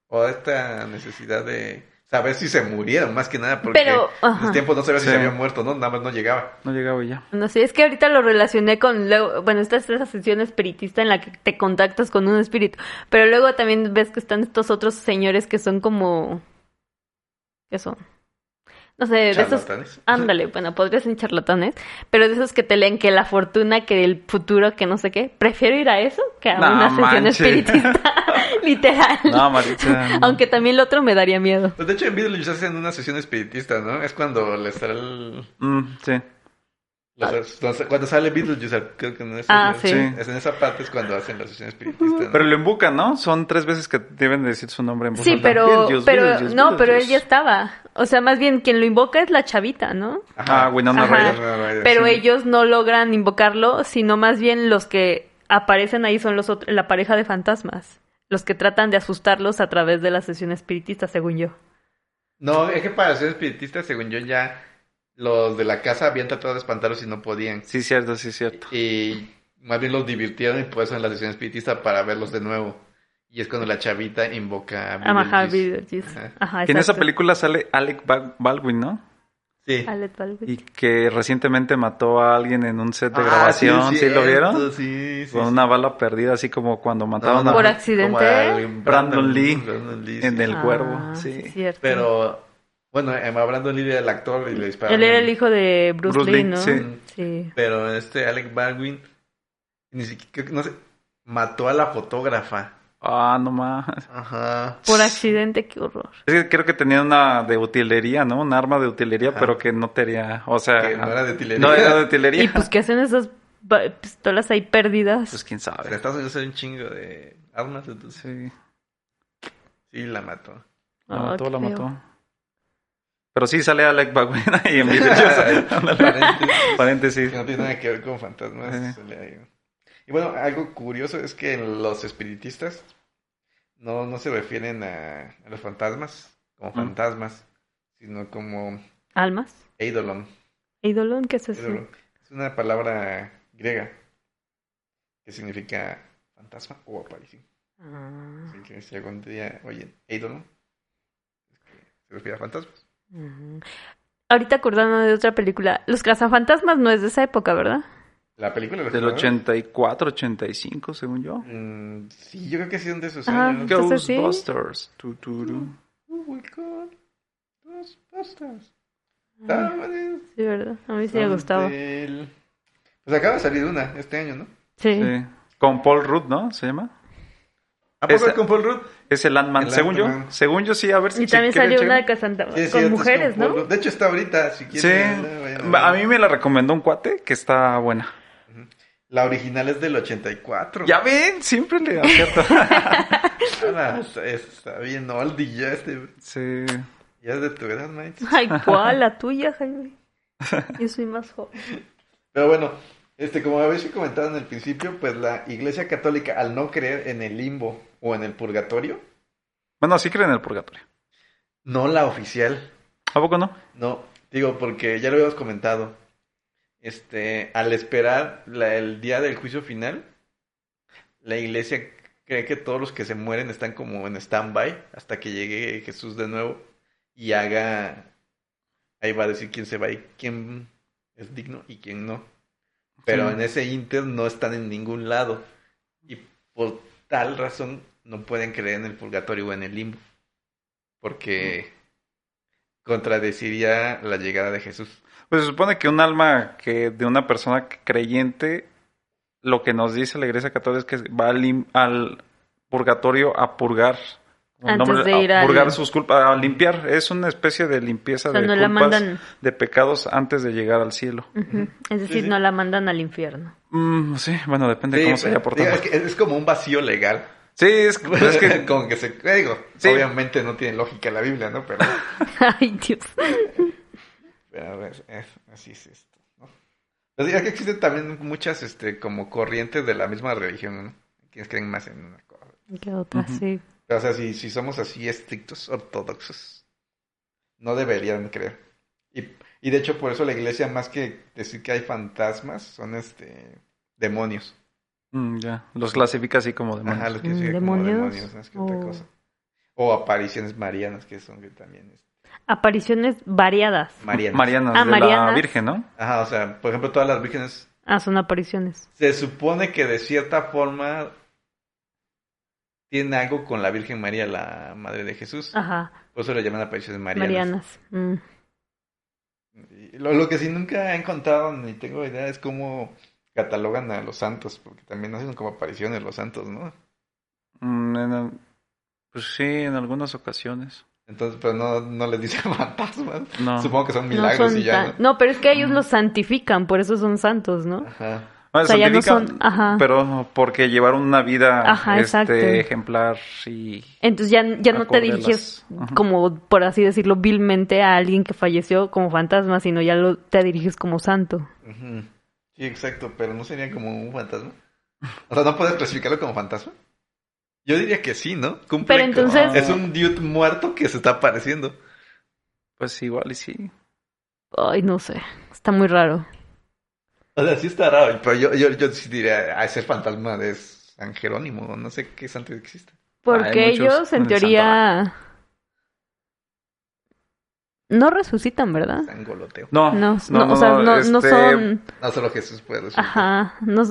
O esta necesidad de Saber si se murieron, más que nada, porque este
Pero,
en
ajá.
los tiempos no sabía si
Sí.
se había muerto, ¿no? Nada más no llegaba.
No llegaba ya.
No sé, es que ahorita lo relacioné con, luego, bueno, esta es esa sesión espiritista en la que te contactas con un espíritu, pero luego también ves que están estos otros señores que son como... ¿Qué son? No sé, de esos...
Charlatanes.
Ándale, bueno, podrías ser charlatanes, pero de esos que te leen que la fortuna, que el futuro, que no sé qué, prefiero ir a eso que a
No
una sesión
manches. [laughs]
espiritista, literal. [laughs]
No, Maritza. no.
Aunque también lo otro me daría miedo.
Pues, de hecho, en Beetlejuice hacen una sesión espiritista, ¿no? Es cuando les sale el-
Mm, sí.
los- los- cuando sale Beetlejuice, creo que no es.
Ah,
es-
sí.
Sí.
Es en esa parte es cuando hacen la sesión espiritista. ¿no?
Pero lo embucan, ¿no? Son tres veces que deben decir su nombre en voz
Sí,
alta.
pero,
Beetlejuice,
pero,
Beetlejuice,
no, pero él ya
Beetlejuice.
estaba. O sea, más bien quien lo invoca es la chavita, ¿no?
Ah, Winona
Ajá.
Ryder.
Winona Ryder,
Pero
sí.
ellos no logran invocarlo, sino más bien los que aparecen ahí son los otro- la pareja de fantasmas. Los que tratan de asustarlos a través de la sesión espiritista, según yo.
No, es que para ser espiritista, según yo, ya los de la casa habían tratado de espantarlos y no podían.
Sí, cierto, sí, cierto.
Y más bien los divirtieron y por eso en la sesión espiritista para verlos de nuevo. Y es cuando la chavita invoca a
Ajá,
Beetlejuice.
Beetlejuice.
Ajá.
Ajá,
Ah, Que en esa
exacto.
película sale Alec Ba- Baldwin, ¿no?
Sí.
Alec Baldwin.
Y que recientemente mató a alguien en un set de
Ah,
grabación,
sí,
¿sí,
es
lo
cierto,
vieron?
Sí, sí,
Con
sí.
una bala perdida, así como cuando mataron
Por
a,
ac- accidente.
como al
Brandon Lee
Brandon Lee, sí.
en el
Ah,
cuervo. Sí.
es cierto.
Pero, bueno, eh, a Brandon Lee era el actor y le dispararon.
Él era el hijo de Bruce,
Bruce
Lee,
Lee,
¿no?
sí.
Sí.
Pero este Alec Baldwin, ni siquiera, creo que no sé, mató a la fotógrafa.
Ah, no más.
Ajá.
Por accidente, qué horror.
Es que creo que tenía una de utilería, ¿no? Un arma de utilería,
Ajá.
pero que no tenía. O sea,
Que no era de utilería.
no era de
Y
utilería.
pues, ¿qué hacen esas ba- pistolas ahí perdidas?
Pues quién
En
sabe.
Estados Unidos hay un chingo de armas, entonces
Sí.
sí la mató.
La
Ah,
mató,
qué
la
feo.
mató. Pero sí sale Alec Baldwin ahí
[laughs]
en Beetlejuice. [laughs] Ándale,
Aparentemente,
Paréntesis.
que no tiene nada que ver con fantasmas.
Ajá.
se le ha ido. Y bueno, algo curioso es que los espiritistas no, no se refieren a, a los fantasmas como
Mm.
fantasmas, sino como
¿Almas?
eidolon.
¿Eidolon? ¿Qué es eso?
Eidolon. Es una palabra griega que significa fantasma o aparición.
Ah,
Así que si algún día oyen eidolon, es que se refiere a fantasmas.
ujú. Ahorita acordándome de otra película. Los cazafantasmas no es de esa época, ¿verdad?
La película
Del 84, 85, según yo.
Mm, sí, yo creo que sí son de esos
Ah,
años.
Entonces, sí.
Ghostbusters. Tu, tu, tu.
Oh my god. Ghostbusters.
Ah,
Estaban-
sí, ¿verdad? A mí sí
Ah,
me gustaba.
del- Pues acaba de salir una este año, ¿no?
Sí.
Sí. Con Paul Rudd, ¿no? ¿Se llama?
¿A poco
Esa-
es con Paul Rudd?
Es el Ant-Man.
El
según yo.
Ant-Man.
Según yo, sí. A ver si
Y también
quieren
salió una de
checar.
cazafantasmas
Sí, es
con
cierto, es
mujeres,
Paul
¿no?
Rudd. De hecho está ahorita, si quieres.
Sí.
verla, vayan
A
ver.
mí me la recomendó un cuate que está buena.
La original es del 84.
Ya ven, siempre le [laughs] acierto.
Ahora, está- está bien oldie ya este.
sí.
Ya es de tu edad, mate.
Ay,
[laughs]
¿cuál? La tuya, Jaime. Yo soy más joven.
Pero bueno, este, como habéis comentado en el principio, pues la Iglesia Católica, al no creer en el limbo o en el purgatorio,
Bueno, sí creen en el purgatorio.
no la oficial,
¿A poco no?
No, digo, porque ya lo habíamos comentado. Este, al esperar la- el día del juicio final, la iglesia cree que todos los que se mueren están como en stand-by hasta que llegue Jesús de nuevo y haga. Ahí va a decir quién se va y quién es digno y quién no. Pero
Sí.
en ese inter no están en ningún lado. Y por tal razón no pueden creer en el purgatorio o en el limbo. Porque contradeciría la llegada de Jesús.
Pues se supone que un alma que de una persona creyente, lo que nos dice la Iglesia Católica es que va al, im- al purgatorio a purgar. Como
Antes
nombre-
de ir
a
al-
purgar sus culpas, a limpiar. Es una especie de limpieza
O sea,
de
no la
culpas,
mandan.
de pecados antes de llegar al cielo.
Ujú. Es decir,
sí.
no la mandan al infierno. [laughs]
Mm, sí, bueno, depende de cómo se haya portado.
digo, es, que es como un vacío
[laughs]
legal.
Sí,
[laughs]
es, pues es que
como que se... eh, Digo,
Sí.
obviamente no tiene lógica la Biblia, ¿no? Pero,
Ay, Dios.
pero es- es- así es esto, ¿no? Pero sí, es que existen también muchas este, como corrientes de la misma religión, ¿no? Quienes creen más en una cosa.
¿Qué otra?
Ujú.
Sí.
Pero, o sea, si, si somos así estrictos, ortodoxos, no deberían creer. Y, y de hecho, por eso la iglesia, más que decir que hay fantasmas, son este demonios.
Mm, ya, los clasifica así como demonios.
Ajá, los que
Mm,
se ve como
demonios. Oh.
demonios, más que otra
O-
cosa. O apariciones marianas, que son que también es
Apariciones variadas.
marianas.
Marianas
Ah,
de la
Marianas.
Virgen, ¿no?
Ajá, o sea, por ejemplo, todas las vírgenes
Ah, son apariciones.
se supone que de cierta forma tiene algo con la Virgen María, la Madre de Jesús.
Ajá,
Por eso le llaman apariciones marianas.
Marianas. Mm.
Y Lo, lo que sí nunca he encontrado ni tengo idea es cómo catalogan a los santos, porque también hacen como apariciones los santos, ¿no?
Mm, en- pues sí, en algunas ocasiones.
Entonces, pero no, no les dicen [laughs] fantasmas.
No.
Supongo que son
No
milagros
son
y ya.
tan- No, pero es que ellos
Mm.
los santifican, por eso son santos, ¿no?
¿no? Ajá.
Bueno,
O sea, ya no
Ah, santifican,
son- ajá.
Pero porque llevaron una vida
Ajá, exacto.
este, ejemplar y...
Entonces ya, ya no te
Acorde a
diriges
las- Ajá.
como, por así decirlo, vilmente a alguien que falleció como fantasma, sino ya lo, te diriges como santo.
Ujú. Sí, exacto, pero no sería como un fantasma. O sea, ¿no puedes clasificarlo como fantasma? Yo diría que sí, ¿no? Cumple
Pero
con-
entonces-
Es un dude muerto que se está apareciendo.
Pues igual y sí.
Ay, no sé, está muy raro.
O sea, sí está raro, pero yo, yo, yo sí diría, ah, ese fantasma de San Jerónimo, o no sé qué santo existe.
Porque
hay muchos
ellos, en
en el
teoría, no resucitan, ¿verdad?
San Goloteo.
No,
No, no, o sea, no, no
este,
son...
No solo Jesús puede resucitar.
Ajá, no,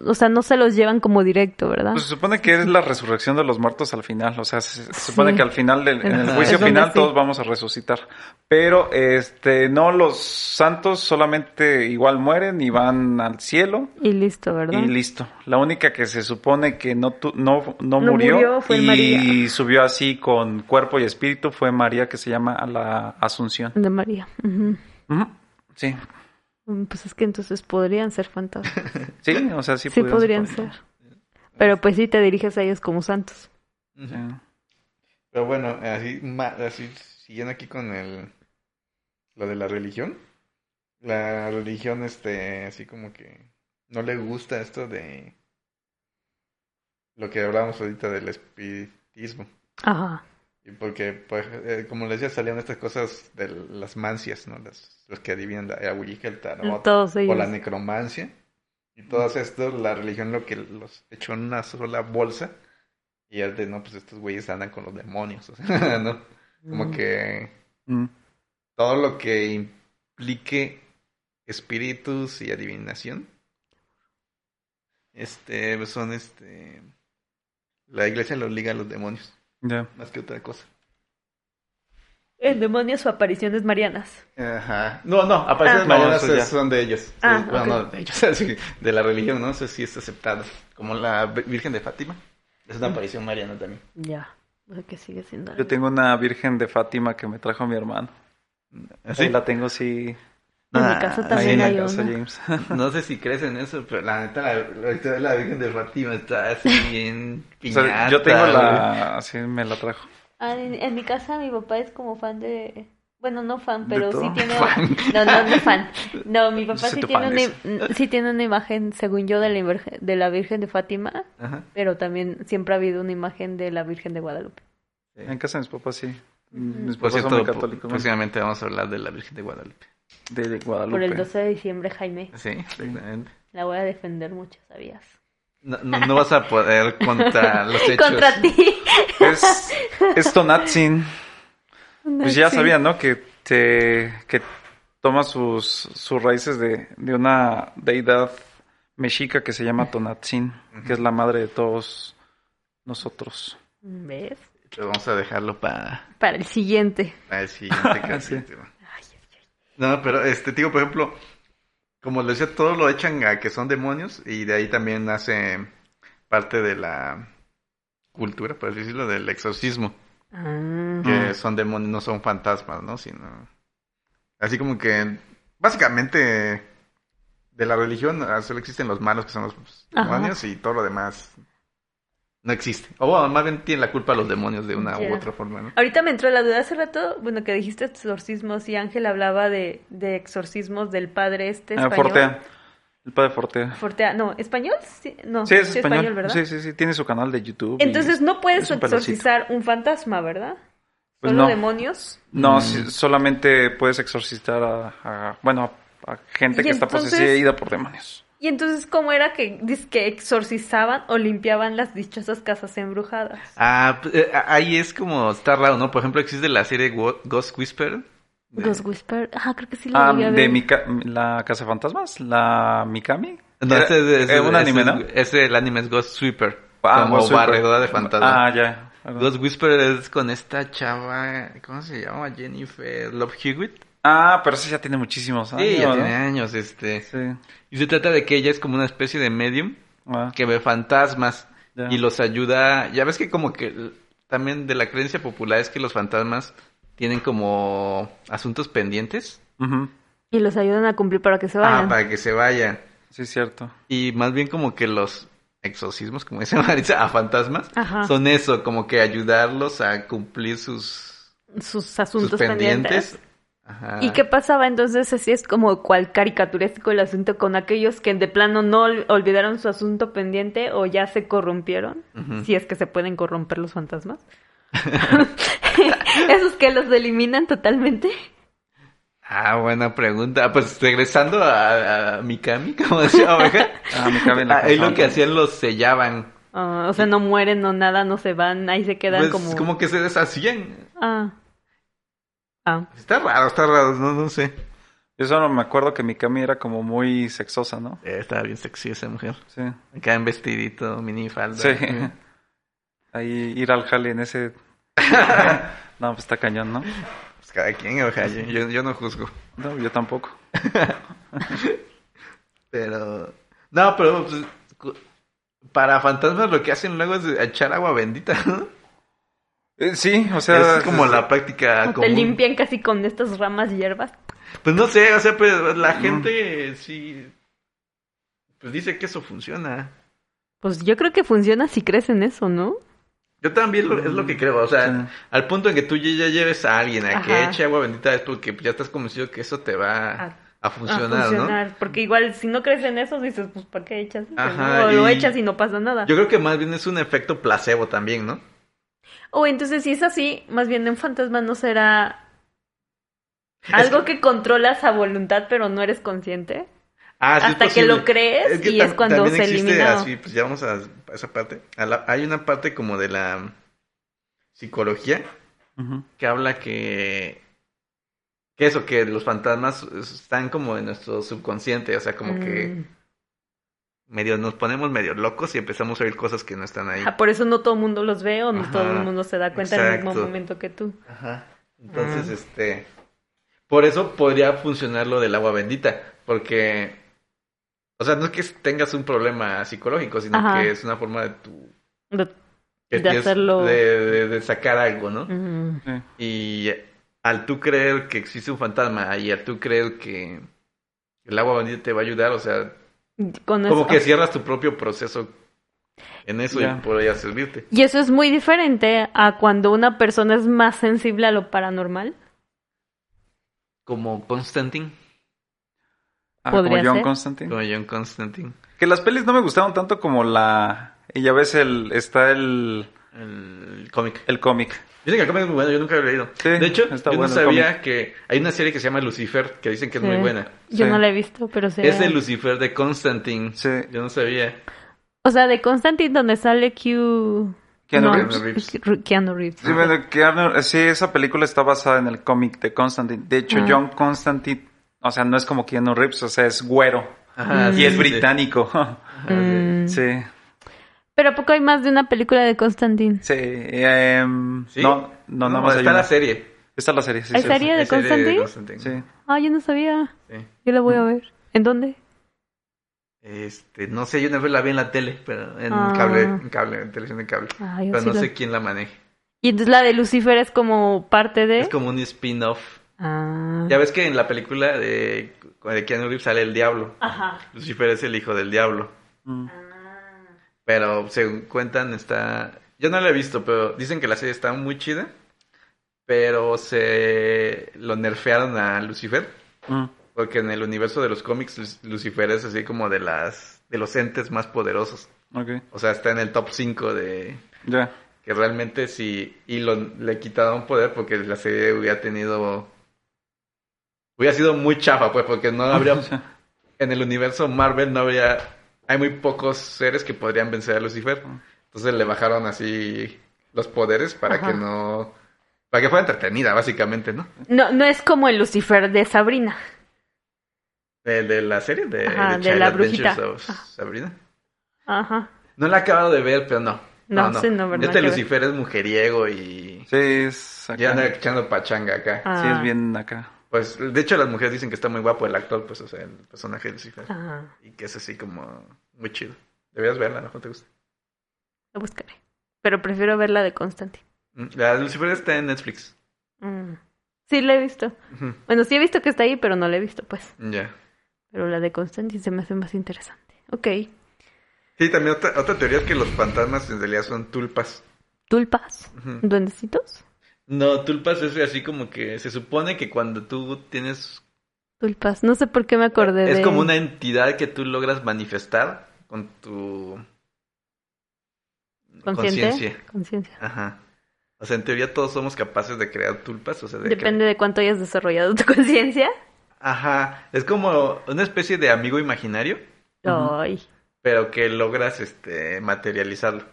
o sea, no se los llevan como directo, ¿verdad?
Pues se supone que
[laughs]
es la resurrección de los muertos al final, o sea, se, se supone
Sí.
que al final del en el
Ajá.
juicio
Es
donde
final
sí.
todos vamos a resucitar. Pero este no los santos solamente igual mueren y van al cielo
Y listo, ¿verdad?
y listo. La única que se supone que no tu- no, no,
No
murió,
murió fue
y
María.
subió así con cuerpo y espíritu fue María que se llama a la Asunción.
De María. Ujú.
Ujú, Sí.
Mm, Pues es que entonces podrían ser fantasmas.
Sí, o sea, sí,
Sí, podrían ser. Pero pues sí te diriges a ellos como santos.
Ujú.
Sí.
Pero bueno, así, ma- así siguiendo aquí con el lo de la religión. La religión, este, así como que no le gusta esto de lo que hablábamos ahorita del espiritismo.
Ajá.
Y porque, pues, eh, como les decía, salían estas cosas de las mancias, ¿no? Las, los que adivinan la, eh, la Ouija, el tarot,
Todos
o
ellos.
la necromancia. Y todas estas, la religión lo que los echó en una sola bolsa. Y es de, no, pues estos güeyes andan con los demonios. o sea, [laughs] ¿no? Como que
Mm.
todo lo que implique espíritus y adivinación. Este, pues, son este. La iglesia los liga a los demonios,
Ya.
más que otra cosa.
En demonios o apariciones marianas.
Ajá. No, no, apariciones
Ah. No,
marianas
eso ya.
es- son de ellos.
Ah,
Sí, bueno,
ok.
no, de ellos, [laughs] sí, de la religión, ¿no? Eso sí es aceptado. Como la Vir- Virgen de Fátima. Es una aparición mariana también.
Ya. O sea que sigue siendo.
Yo tengo una Virgen de Fátima que me trajo mi hermano. Ahí la tengo, sí.
En mi
Ah,
casa
Ahí en
también
la
hay
casa,
[laughs]
una.
James.
No sé si crees en eso, pero la neta, la, la historia de la Virgen de Fátima está así bien
O
piñata.
sea, yo tengo
güey.
la... Sí, me la trajo.
Ah, en, en mi casa mi papá es como fan de. Bueno, no fan,
De
pero sí
todo.
[laughs]
tiene.
Fan.
No, no, no fan. No,
[laughs]
mi papá
soy
sí
tu
tiene,
fan,
una,
dice.
im- mm, sí tiene una imagen, según yo, de la, Virgen- de la Virgen de Fátima,
Ajá.
pero también siempre ha habido una imagen de la Virgen de Guadalupe.
En casa de mis papás, sí. Mis
Por
papás son
cierto,
muy
po-
católicos. ¿no?
próximamente vamos a hablar de la Virgen de Guadalupe.
De, de Guadalupe.
Por el 12 de diciembre, Jaime.
Sí,
[laughs]
exactamente.
La voy a defender mucho, ¿sabías?
No, no, no vas a poder contra los hechos.
Contra ti. [laughs]
Es, es Tonatzin. Pues ya
Sí.
sabían, ¿no? Que, te, que toma sus, sus raíces de, de una deidad mexica que se llama Tonatzin, que es la madre de todos nosotros.
¿Ves?
Pero vamos a dejarlo para
Para el siguiente.
el
[laughs]
siguiente capítulo.
Ay, ay, ay.
No, pero este, digo, por ejemplo, como les decía, todo lo echan a que son demonios y de ahí también nace parte de la cultura, por así decirlo, del exorcismo,
Ah.
que
Ujú.
son demonios, no son fantasmas, ¿no? Sino, así como que, básicamente, de la religión ah, solo existen los malos que son los
Ajá.
demonios y todo lo demás no existe. O bueno, más bien tienen la culpa los demonios de una
Ya.
u otra forma, ¿no?
Ahorita me entró la duda hace rato, bueno, que dijiste exorcismos y Ángel hablaba de, de exorcismos del padre este
Ah,
español.
Fortea. El padre Fortea.
Fortea. No, ¿español? Oh, Sí, no,
Sí, es español.
¿verdad?
Sí, sí, sí. Tiene su canal de YouTube. y-
Entonces no puedes
Es un pelocito.
exorcizar un fantasma, ¿verdad?
Pues
Solo
no.
demonios.
No,
Mm.
si- solamente puedes exorcistar a, a- bueno, a, a gente
Y
que está
entonces-
poseída por demonios.
Y Y entonces, ¿cómo era que, que exorcizaban o limpiaban las dichosas casas embrujadas?
Ah, pues, eh, ahí es como está raro, ¿no? Por ejemplo, existe la serie Wo- Ghost Whisperer. de-
Ghost Whisper. Ah, creo que sí lo
Ah,
llegué a
de
ver.
Mika- la Casa Fantasmas, la Mikami.
No,
Era-
ese, ese-
era un
ese-
anime, ¿no?
Ese, el anime es Ghost Sweeper.
Ah,
como
Ghost Whisperer.
barredora de fantasmas.
Ah, ya.
Ghost Whisperer es con esta chava, ¿cómo se llama? Jennifer Love Hewitt.
Ah, pero ese ya tiene muchísimos años.
Sí, ya
¿no?
tiene años, este.
Sí.
Y se trata de que ella es como una especie de medium
Ah,
que ve fantasmas
Ya.
y los ayuda. Ya ves que como que l- también de la creencia popular es que los fantasmas tienen como asuntos pendientes.
ujú.
Y los ayudan a cumplir para que se
Ah,
vayan.
para que se vayan.
Sí, cierto.
Y más bien como que los exorcismos, como dice [laughs] Marisa, a fantasmas,
Ajá.
son eso, como que ayudarlos a cumplir sus,
Sus asuntos
sus pendientes.
pendientes.
Ajá.
¿Y qué pasaba entonces? Así es como cual caricaturesco el asunto con aquellos que de plano no ol- olvidaron su asunto pendiente o ya se corrompieron,
Ujú.
si es que se pueden corromper los fantasmas. [laughs] Esos que los eliminan totalmente.
Ah, buena pregunta. Ah, Pues regresando a, a Mikami, [laughs] como decía Oveja,
Ah, Mikami en la
ah,
Casa
ahí lo que
Fantasmas.
hacían los sellaban.
Ah, o sea, no mueren, no nada, no se van, ahí se quedan
Pues,
como...
como... que se deshacían.
Ah. Ah.
Está raro, está raro, no, no sé.
Yo solo me acuerdo que Mikami era como muy sexosa, ¿no?
Eh, estaba bien sexy esa mujer.
Sí.
Acá en vestidito, minifalda.
Sí. Ahí ir al jale en [laughs] ese. no, pues está cañón, ¿no?
Pues cada quien, Oveja, yo- yo, yo no juzgo.
No, yo tampoco.
Pero. No, pero pues, cu- para fantasmas lo que hacen luego es echar agua bendita, ¿no?
Eh, sí, o sea.
es como la práctica
O
común.
te limpian casi con estas ramas y hierbas.
Pues no sé, o sea, pues la gente sí. Pues dice que eso funciona.
Pues yo creo que funciona si crees en eso, ¿no?
Yo también lo- es lo
Mm,
que creo, o sea, al punto en que tú ya ya lleves a alguien a que
Ajá.
eche agua bendita es porque pues, ya estás convencido que eso te va
A-
a funcionar,
a
¿no?
Ah, funcionar. Porque igual si no crees en eso, dices, pues ¿para qué echas? eso,
Ajá,
no? O lo
y-
echas y no pasa nada.
Yo creo que más bien es un efecto placebo también, ¿no?
O entonces si es así, más bien en fantasma no será... Algo que controlas a voluntad, pero no eres consciente.
Ah, sí es
hasta que
posible.
lo crees y
tam-
es cuando
también
se
existe
elimina.
Así, pues ya vamos a, a esa parte. A la- hay una parte como de la psicología
Ujú.
que habla que que eso, que los fantasmas están como en nuestro subconsciente, o sea, como que
Mm.
medio nos ponemos medio locos y empezamos a oír cosas que no están ahí.
Ah, por eso no todo el mundo los ve o no
Ajá,
todo el mundo se da cuenta en el mismo
exacto.
momento que tú.
Ajá. Entonces,
Ah.
este, por eso podría funcionar lo del agua bendita, porque o sea, no es que tengas un problema psicológico, sino
Ajá.
que es una forma de tu
Lo-
que
De
tienes
hacerlo.
de, de- de sacar algo, ¿no?
Mm.
Sí.
Y al tú creer que existe un fantasma y al tú creer que el agua bendita te va a ayudar, o sea,
Con
como
eso-
que cierras tu propio proceso en eso
Ya.
y podría servirte.
Y eso es muy diferente a cuando una persona es más sensible a lo paranormal.
Como Constantine,
Ah, como
Podría
John
ser.
Constantine.
como John Constantine.
Que las pelis no me gustaron tanto como la. Y ya ves, el, está el,
El cómic.
el cómic.
Dicen que el cómic es muy bueno, yo nunca lo he leído.
Sí,
de hecho,
está
yo
bueno
no
el
sabía que hay una serie que se llama Lucifer, que dicen que es
Sí.
muy buena.
Yo
Sí.
no la he visto, pero sí.
Es el Lucifer de Constantine.
Sí.
Yo no sabía.
O sea, de Constantine donde sale Q...
Keanu
no,
Reeves.
Ke- Keanu Reeves.
Sí, bueno, que Arnold- sí, esa película está basada en el cómic de Constantine. De hecho,
Ah.
John Constantine, o sea, no es como Keanu Reeves, o sea, es güero.
Ajá,
Mm.
sí,
Y es
sí.
[laughs]
británico.
Ajá, Ah, sí.
Mm.
sí,
Pero ¿a poco hay más de una película de Constantine?
sí. em,
¿Sí?
No, no, nada más hay
está
una.
la serie.
Está la serie, sí.
¿Hay
sí,
serie de
Hay serie
Constantine?
Constantine.
Sí.
Ah, yo no sabía.
Sí.
Yo la voy
Mm.
a ver. ¿En dónde?
Este, no sé, yo una vez la vi en la tele, pero en
Ah.
cable, en cable, en televisión de cable.
Ah, yo
Pero
sí
no
la-
sé quién la maneje.
Y entonces la de Lucifer es como parte de...
Es como un spin-off.
Ah.
Ya ves que en la película de, de Keanu Reeves sale el diablo.
Ajá.
Lucifer es el hijo del diablo.
Mm.
Pero según cuentan, está. Yo no la he visto, pero dicen que la serie está muy chida. Pero se lo nerfearon a Lucifer.
Mm.
Porque en el universo de los cómics, Lu- Lucifer es así como de las de los entes más poderosos.
Ok,
O sea, está en el top 5 de,
ya.
que realmente si y lo, le quitaron poder porque la Ah,
[laughs]
serie hubiera tenido hubiera sido muy chafa pues porque no habría en el universo Marvel no había, hay muy pocos seres que podrían vencer a Lucifer. Entonces le bajaron así los poderes para
Ajá.
que no, para que fuera entretenida básicamente, ¿no?
No, no es como el Lucifer de Sabrina.
De, de la serie de,
Ajá,
The
de la
Adventures
brujita.
of Sabrina.
Ajá.
No la he acabado de ver, pero no.
No, sí, no, ¿verdad?
Este
Que-
Lucifer es mujeriego y
Sí, es acá.
ya anda echando pachanga acá.
Sí, es
Ah,
bien acá.
Pues, de hecho, las mujeres dicen que está muy guapo el actor, pues, o sea, el personaje de Lucifer.
ah,
Y que es así como muy chido. Deberías verla, a lo mejor te gusta.
lo buscaré. Pero prefiero ver la de Constantine.
Mm, La de Lucifer está en Netflix.
Mm. Sí, la he visto.
Ujú,
Bueno, sí he visto que está ahí, pero no la he visto, pues.
Ya.
Pero la de Constantine se me hace más interesante. Ok.
Sí, también otra, otra teoría es que los fantasmas en realidad son tulpas.
¿Tulpas?
Ujú.
¿Duendecitos?
No, tulpas es así como que se supone que cuando tú tienes...
Tulpas. No sé por qué me acordé
es
de...
como una entidad que tú logras manifestar con tu...
¿Consciente? Conciencia.
Ajá. O sea, en teoría todos somos capaces de crear tulpas, o sea, de
Depende de cuánto hayas desarrollado tu [laughs] conciencia.
Ajá, es como una especie de amigo imaginario,
Ujú.
Ay.
pero que logras este materializarlo.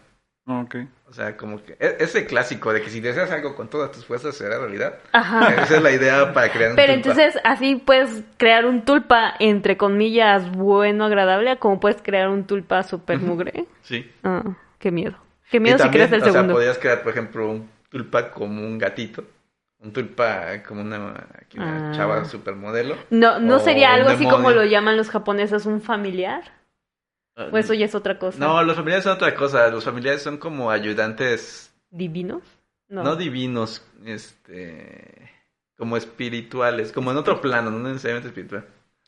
Ah, Ok.
O sea, como que e- ese clásico de que si deseas algo con todas tus fuerzas será realidad.
Ajá.
Esa es la idea para crear un
Ah. Pero
tulpa.
entonces así puedes crear un tulpa entre comillas bueno, agradable, como puedes crear un tulpa super
Ujú.
mugre.
Sí.
Ah, qué miedo. Qué
Y
miedo si
también,
creas el
o sea,
segundo.
podías crear, por ejemplo, un tulpa como un gatito, un tulpa como una, aquí una
Ah.
chava supermodelo.
No, no
o
sería
un
algo así como
demonio.
lo llaman los japoneses un familiar. Pues, O eso ya es otra cosa.
No, los familiares son otra cosa, los familiares son como ayudantes
Divinos. No.
No. divinos, este, como espirituales, como en otro plano, no necesariamente espiritual.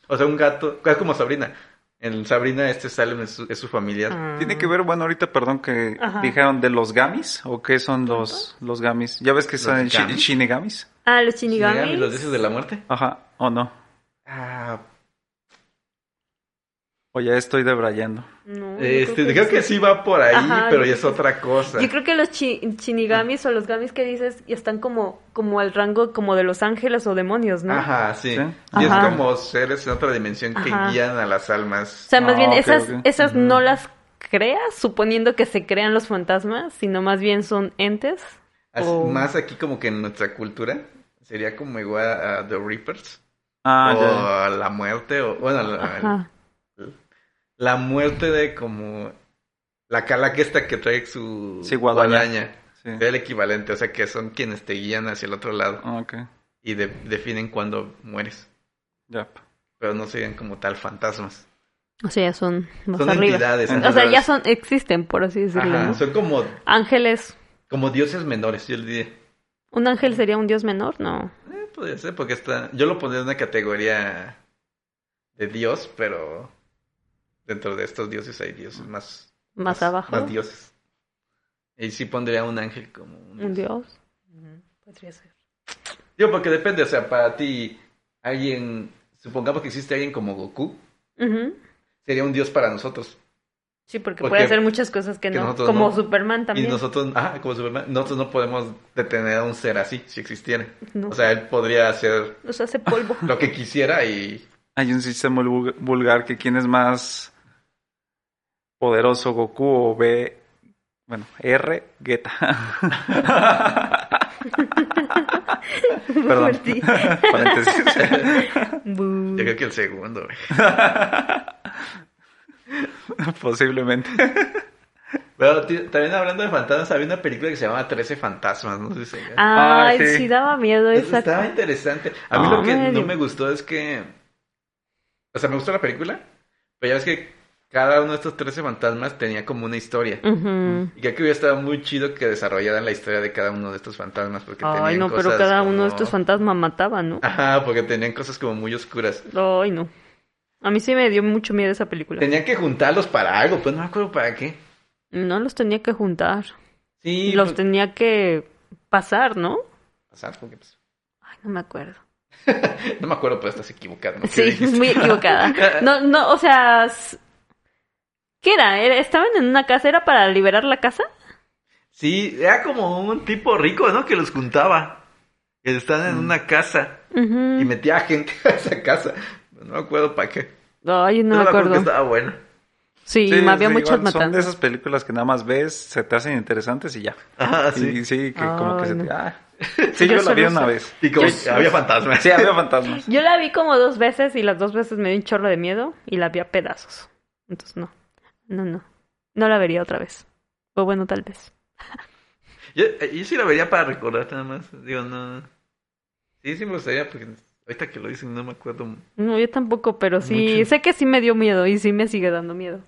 O sea, un gato, es como Sabrina. En Sabrina este sale es su, es su familiar.
Ah.
Tiene que ver, bueno, ahorita perdón que
Ajá.
dijeron de los gamis, o qué son los, los gamis. Ya ves que son
¿Los
shi-
gamis?
shinigamis.
Ah, los
Shinigamis,
shinigamis.
los dioses de la muerte.
Ajá, o no.
Ah,
O ya estoy debrayando.
No, yo
este, creo, que, sí va por ahí,
Ajá,
pero
yo
ya es
creo que
otra cosa.
Yo creo que los chi- shinigamis o los gamis que dices están como, como al rango como de los ángeles o demonios, ¿no?
Ajá, sí.
Sí.
Y es
Ajá.
como seres en otra dimensión que
Ajá.
guían a las almas.
O sea, más
Ah,
bien
ok,
esas,
ok.
esas no las creas, suponiendo que se crean los fantasmas, sino más bien son entes.
As-
o-
Más aquí como que en nuestra cultura sería como igual a The Reapers
Ah,
o
ya.
a la muerte o bueno, la-
Ajá.
la muerte de como la calaca esta que trae su
Sí, guadaña.
es
Sí.
el equivalente, o sea que son quienes te guían hacia el otro lado
Ah, Ok,
y de- definen cuándo mueres,
ya.
pero no serían como tal fantasmas,
O sea, ya son más
son
arriba.
entidades,
O sea,
entidades.
ya son, existen, por así decirlo.
Ajá,
¿no?
son como,
Ángeles.
como dioses menores, yo le diría,
¿Un ángel sería un dios menor? No.
eh, podría ser porque está, yo lo pondría en una categoría de dios, pero dentro de estos dioses hay dioses más
Más abajo.
más dioses. Y sí pondría un ángel como un
Un dios. Podría ser.
Digo, porque depende, o sea, para ti, alguien, supongamos que existe alguien como Goku,
Ujú.
sería un dios para nosotros.
Sí, porque
Porque-
puede hacer muchas cosas que,
que
no.
nosotros
Como
no.
Superman también.
Y nosotros, ah, como Superman, nosotros no podemos detener a un ser así, si existiera.
No.
O sea, él podría hacer
Nos
[laughs]
hace polvo.
lo que quisiera y...
Hay un sistema vulg- vulgar que quién es más poderoso, Goku o B, bueno, R, Geta.
[laughs]
Perdón.
Fuerte.
[laughs] Paréntesis. [laughs]
Bu.
Yo creo que el segundo, güey.
Posiblemente.
Pero ti- también hablando de fantasmas, había una película que se llamaba 13 fantasmas, no sé si... se-
Ay,
Ah, sí.
sí daba miedo
Eso
esa.
Estaba interesante. A mí lo que
Ay.
no me gustó es que. O sea, me gustó la película, pero ya ves que cada uno de estos 13 fantasmas tenía como una historia.
Ujú.
Y creo que hubiera estado muy chido que desarrollaran la historia de cada uno de estos fantasmas. Porque
Ay,
tenían
no, pero
cosas
cada uno
como-
de estos fantasmas mataba, ¿no?
Ajá, porque tenían cosas como muy oscuras.
Ay, no. A mí sí me dio mucho miedo esa película.
Tenían que juntarlos para algo, pues no me acuerdo para qué.
No los tenía que juntar.
Sí,
los
pues,
tenía que pasar, ¿no?
pasar, porque, pues,
Ay, no me acuerdo.
no me acuerdo, pero estás equivocado. ¿no? ¿Qué
[laughs] Sí,
dijiste?
muy equivocada. No, no, o sea... s- ¿Qué era? Era- ¿Estaban en una casa? ¿Era para liberar la casa?
Sí, era como un tipo rico, ¿no? Que los juntaba. Que
Mm.
estaban en una casa.
Ujú.
[laughs] y metía gente a esa casa. No me acuerdo para qué.
Ay, no
Yo
me acuerdo.
que estaba bueno. [laughs]
Sí,
Sí,
había
sí,
muchas
igual Son de
matanzas.
esas películas que nada más ves, se te hacen interesantes y ya.
Ajá,
Sí,
Ah, sí.
sí, que como que
Ay,
se te...
no.
ah. Sí,
Yo
yo la vi
solo
una
sé-
vez.
Y como
Yo-
que había fantasmas.
Sí, había
[laughs]
fantasmas.
Yo la vi como dos veces y las dos veces me dio un chorro de miedo y la vi a pedazos. Entonces no, no, no. No la vería otra vez. O bueno, tal vez.
Yo, eh, yo sí la vería para recordar nada más. Digo, no. Sí, sí me gustaría porque ahorita que lo dicen no me acuerdo.
No, yo tampoco, pero sí,
Mucho.
sé que sí me dio miedo y sí me sigue dando miedo.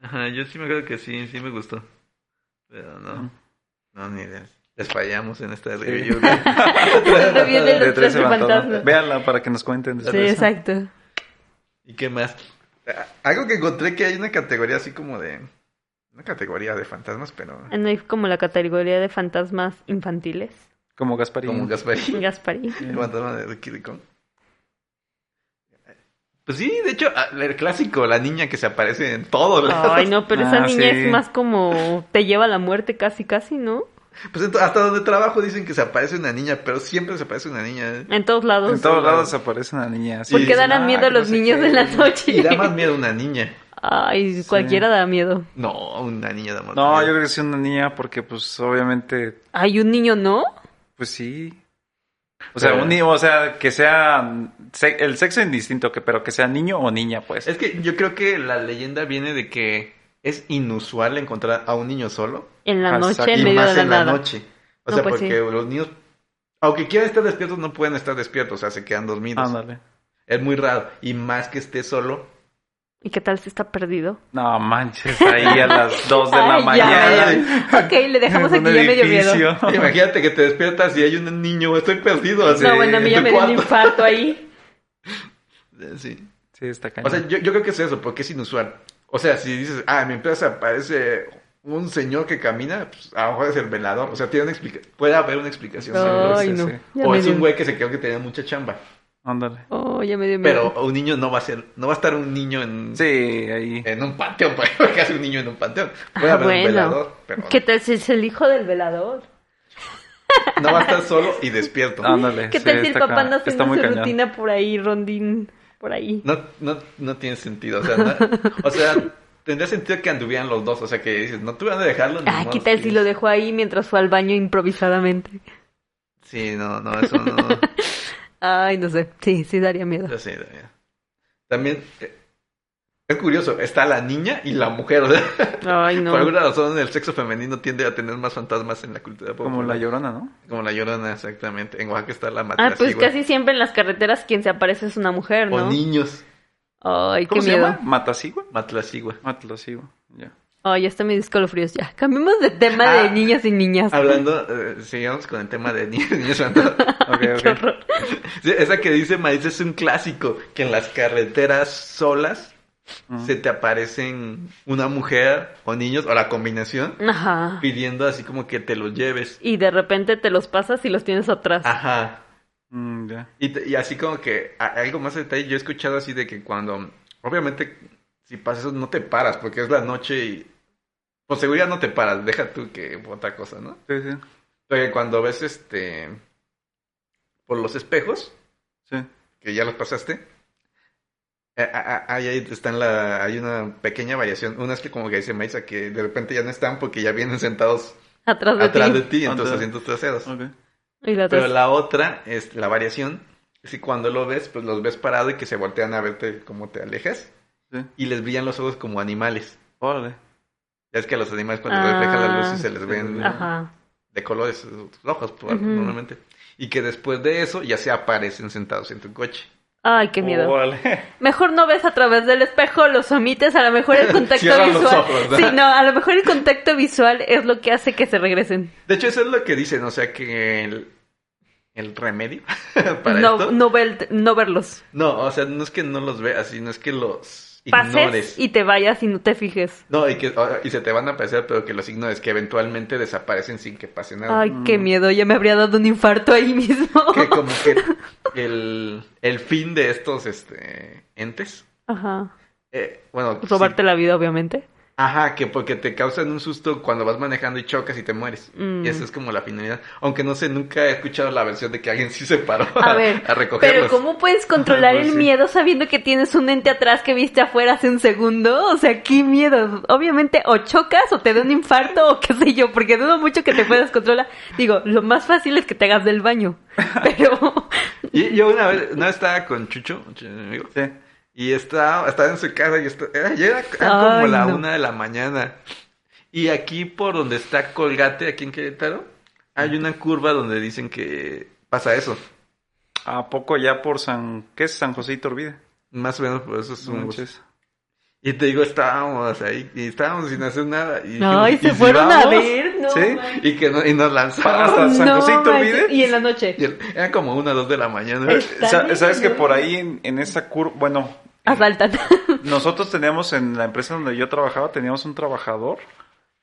Ajá, yo sí me acuerdo que sí, sí me gustó. Pero no. No, ni idea. Les fallamos en esta review. güey. [laughs]
Review de
[laughs] De
los 13
13 fantasmas.
fantasmas.
Véanla para que nos cuenten.
Sí,
después.
exacto.
¿Y qué más? Ah, Algo que encontré que hay una categoría así como de... Una categoría de fantasmas, pero...
No hay como la categoría de fantasmas infantiles.
Como Gasparín.
Como Gasparín.
[laughs]
Gasparín.
El fantasma de Ricky Ricón. Pues sí, de hecho, ah, el clásico, la niña que se aparece en todo. lados.
Ay, no, pero esa
Ah,
niña
sí.
es más como te lleva a la muerte casi, casi, ¿no?
Pues ento- hasta donde trabajo dicen que se aparece una niña, pero siempre se aparece una niña. ¿eh?
En todos lados.
En todos lados aparece una niña. así.
Porque
Porque
dicen,
dan
Ah,
miedo a
que no
los
sé
niños
qué.
de la noche.
Y da más miedo una niña.
Ay, cualquiera da miedo.
No, una niña da más
No, yo
miedo.
creo que sí una niña porque pues obviamente,
Ay, un niño no.
pues sí. O sea,
Pero-
un niño, o sea, que sea se- el sexo indistinto, que pero que sea niño o niña, pues.
Es que yo creo que la leyenda viene de que es inusual encontrar a un niño solo.
En la
Ah,
noche,
exacto.
en
y
medio
más
de la
en la
nada.
noche. O
No,
sea,
pues
porque
sí.
los niños, aunque quieran estar despiertos, no pueden estar despiertos, o sea, se quedan dormidos.
Ándale.
Es muy raro. Y más que esté solo,
[laughs]
¿Y qué tal si está perdido?
No manches, ahí a [laughs] las 2 de la
Ay, ya,
mañana.
[laughs]
ya. Ok, le dejamos
en
aquí,
[laughs]
ya
un
me dio miedo.
edificio.
Imagínate que te despiertas y hay un niño, estoy perdido. así,
No, bueno, a mí
en
ya
tu
me dio un
cuarto. [laughs]
infarto ahí.
Sí.
[laughs] Sí, está cañón.
O sea, yo, yo creo que es eso, porque es inusual. O sea, si dices, ah, en mi empresa parece un señor que camina, pues a lo mejor es el velador. O sea, tiene una explica- puede haber una explicación.
No,
Ay,
sí,
no.
sí.
Ya
o
me
es
dio-
un güey que se quedó que tenía mucha chamba.
Ándale.
Oh, ya me dio miedo.
Pero un niño no va a ser, no va a estar un niño en,
Sí, ahí.
en un panteón, [laughs] por ejemplo, que hace un niño en un panteón. Puede
Ah,
haber un
bueno.
velador, pero
[laughs] ¿Qué tal si es el hijo del velador?
no va a estar solo y despierto.
Ándale.
¿Qué
sí,
tal si el
está
papá
ca-
anda
está
haciendo
muy
su
cañón.
rutina por ahí, rondín, por ahí?
No, no, no tiene sentido. O sea, no- o sea, tendría sentido que anduvieran los dos. O sea, que dices, no tuve dónde dejarlo. ni
Ah,
modo
¿qué tal
que-
si lo dejó ahí mientras fue al baño improvisadamente?
Sí, no, no, eso no.
Ay, no sé. Sí, sí daría miedo.
Yo sí, también. También, eh, es curioso, está la niña y la mujer. o sea,
Ay, no.
Por alguna razón, el sexo femenino tiende a tener más fantasmas en la cultura popular.
Como la llorona, ¿no?
Como la llorona, exactamente. En Oaxaca está la
Ah, pues
matracigua.
casi siempre en las carreteras quien se aparece es una mujer,
O
¿no?
niños,
Ay, qué
¿Cómo se
miedo.
llama? ¿Matasigua?
matlacigua.
Matlasigua. Ya.
Ay, ya está me discolofríos ya. Cambiemos de tema de
[laughs] Ah.
niños y niñas.
Hablando, eh, sigamos con el tema de niños, [laughs] niños fantasmas.
[laughs]
Ok,
Qué
ok.
horror.
Sí, esa que dice Maíz es un clásico, que en las carreteras solas
Ujú.
se te aparecen una mujer o niños o la combinación
Ajá.
pidiendo así como que te los lleves.
Y de repente te los pasas y los tienes atrás.
Ah, Ajá.
Mm, ya.
Y, te- y así como que a- algo más de detalle, yo he escuchado así de que cuando, obviamente, si pasa eso no te paras porque es la noche y por seguridad no te paras, deja tú que otra cosa, ¿no?
Sí, sí.
Porque cuando ves este por los espejos,
Sí.
que ya los pasaste. eh, a- a- Ahí ahí están la, hay una pequeña variación. Una es que como que dice Maisa que de repente ya no están porque ya vienen sentados
Atrás de
atrás
ti.
de ti en tus
Atrás.
asientos traseros.
Ok.
Y la
Pero
otra-
la otra es la variación. Es que cuando lo ves, pues los ves parado y que se voltean a verte como te alejas
Sí.
y les brillan los ojos como animales.
Órale.
Ya es que a los animales cuando
Ah.
reflejan la luz y se les ven
Ajá.
de colores eh, rojos por-
Ujú.
normalmente. Y que después de eso ya se aparecen sentados en tu coche.
Ay, qué miedo.
Oh.
Órale.
Mejor no ves a través del espejo, los omites, a lo
[laughs]
mejor el contacto
Cierra los
visual.
ojos, ¿no?
Sí, no, a lo mejor el contacto visual es lo que hace que se regresen.
De hecho, eso es lo que dicen, o sea que el, el remedio [laughs] para
No,
esto.
no, ver- no verlos.
No, o sea, no es que no los veas, sino es que los
Pases
ignores.
y te vayas y no te fijes.
No, y que o- y se te van a aparecer, pero que los ignores, que eventualmente desaparecen sin que pase nada.
Ay,
Mm.
qué miedo, ya me habría dado un infarto ahí [laughs] mismo.
Que como que el, el fin de estos este entes.
Ajá.
eh, bueno,
Robarte
sí,
la vida, obviamente.
Ajá, que porque te causan un susto cuando vas manejando y chocas y te mueres.
Mm.
Y esa es como la finalidad. Aunque no sé, nunca he escuchado la versión de que alguien sí se paró
[laughs] A ver,
a recogerlos.
pero ¿cómo puedes controlar
Pues
el
sí.
miedo sabiendo que tienes un ente atrás que viste afuera hace un segundo? O sea, ¿qué miedo? Obviamente o chocas o te da un infarto o qué sé yo, porque dudo mucho que te puedas controlar. Digo, lo más fácil es que te hagas del baño, pero...
Y yo una vez, no estaba con Chucho, Chucho, mi amigo,
[laughs] Sí.
Y estaba, estaba en su casa y esta- era, ya era como
Ay,
la
no.
una de la mañana. Y aquí por donde está Colgate, aquí en Querétaro, hay una curva donde dicen que pasa eso.
¿A poco ya por San... ¿Qué es San José y Torbida?
Más o menos por eso es
No
un...
manches.
Y te digo, estábamos ahí y estábamos sin hacer nada.
[laughs]
Y dijimos,
Ay,
¿y
se
si
fueron a
vamos?
ver, no.
Sí.
manches.
Y, que no- y nos lanzamos. [laughs]
Hasta San
No
José y
manches.
Torbide.
Y en la noche.
Y el- eran como una o dos de la mañana.
Es- Está
Sa-
bien,
¿Sabes que
¿no?
por ahí en, en esa curva... Bueno,
Asaltan.
nosotros teníamos en la empresa donde yo trabajaba, teníamos un trabajador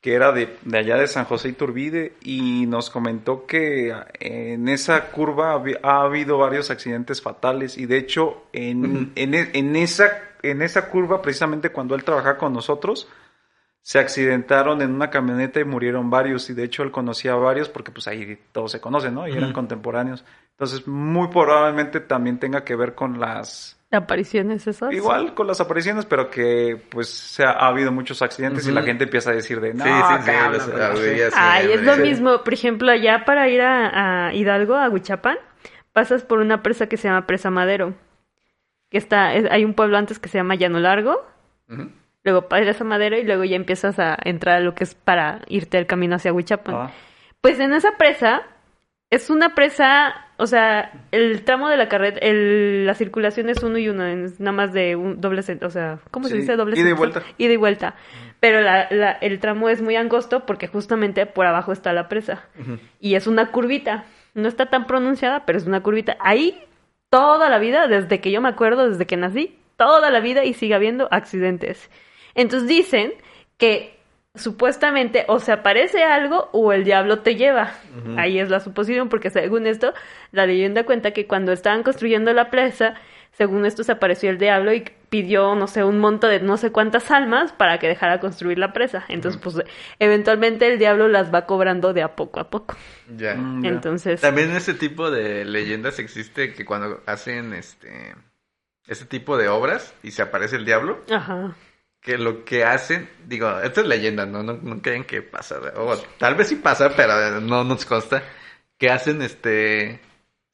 que era de, de allá de San José Iturbide y nos comentó que eh, en esa curva habi- ha habido varios accidentes fatales y de hecho
Ujú.
en, en e- en esa, en esa curva precisamente cuando él trabajaba con nosotros se accidentaron en una camioneta y murieron varios y de hecho él conocía a varios porque pues ahí todos se conocen, ¿no? Y eran
Ujú.
contemporáneos. Entonces muy probablemente también tenga que ver con las
Apariciones esas.
Igual con las apariciones, pero que pues se ha, ha habido muchos accidentes y
Ujú.
la gente empieza a decir de no,
Sí, sí, sí,
cabrón,
los-
pero no sé".
habría-
Ay, es lo
Sí.
mismo. Por ejemplo, allá para ir a, a Hidalgo, a Huichapan, pasas por una presa que se llama Presa Madero. Que está, es- hay un pueblo antes que se llama Llano Largo.
Ujú.
Luego pasas a Madero y luego ya empiezas a entrar a lo que es para irte al camino hacia Huichapan.
Ah,
Pues en esa presa, es una presa, o sea, el tramo de la carreta, el- la circulación es uno y uno, es nada más de un doble, sen- o sea, ¿cómo se
Sí,
dice? Doble
ida y
sentido.
vuelta.
Ida y vuelta. Pero la- la- el tramo es muy angosto porque justamente por abajo está la presa.
Ujú.
Y es una curvita. No está tan pronunciada, pero es una curvita. Ahí, toda la vida, desde que yo me acuerdo, desde que nací, toda la vida y sigue habiendo accidentes. Entonces dicen que supuestamente o se aparece algo o el diablo te lleva.
Ujú.
Ahí es la suposición, porque según esto, la leyenda cuenta que cuando estaban construyendo la presa, según esto se apareció el diablo y pidió, no sé, un monto de no sé cuántas almas para que dejara construir la presa. Entonces, pues, eventualmente el diablo las va cobrando de a poco a poco.
Ya.
mm, ya.
Entonces,
También ese tipo de leyendas existe que cuando hacen este ese tipo de obras y se aparece el diablo,
ajá.
que lo que hacen, digo, esto es leyenda, no, no, no creen que pasa, o tal vez sí pasa, pero eh, no nos consta, que hacen este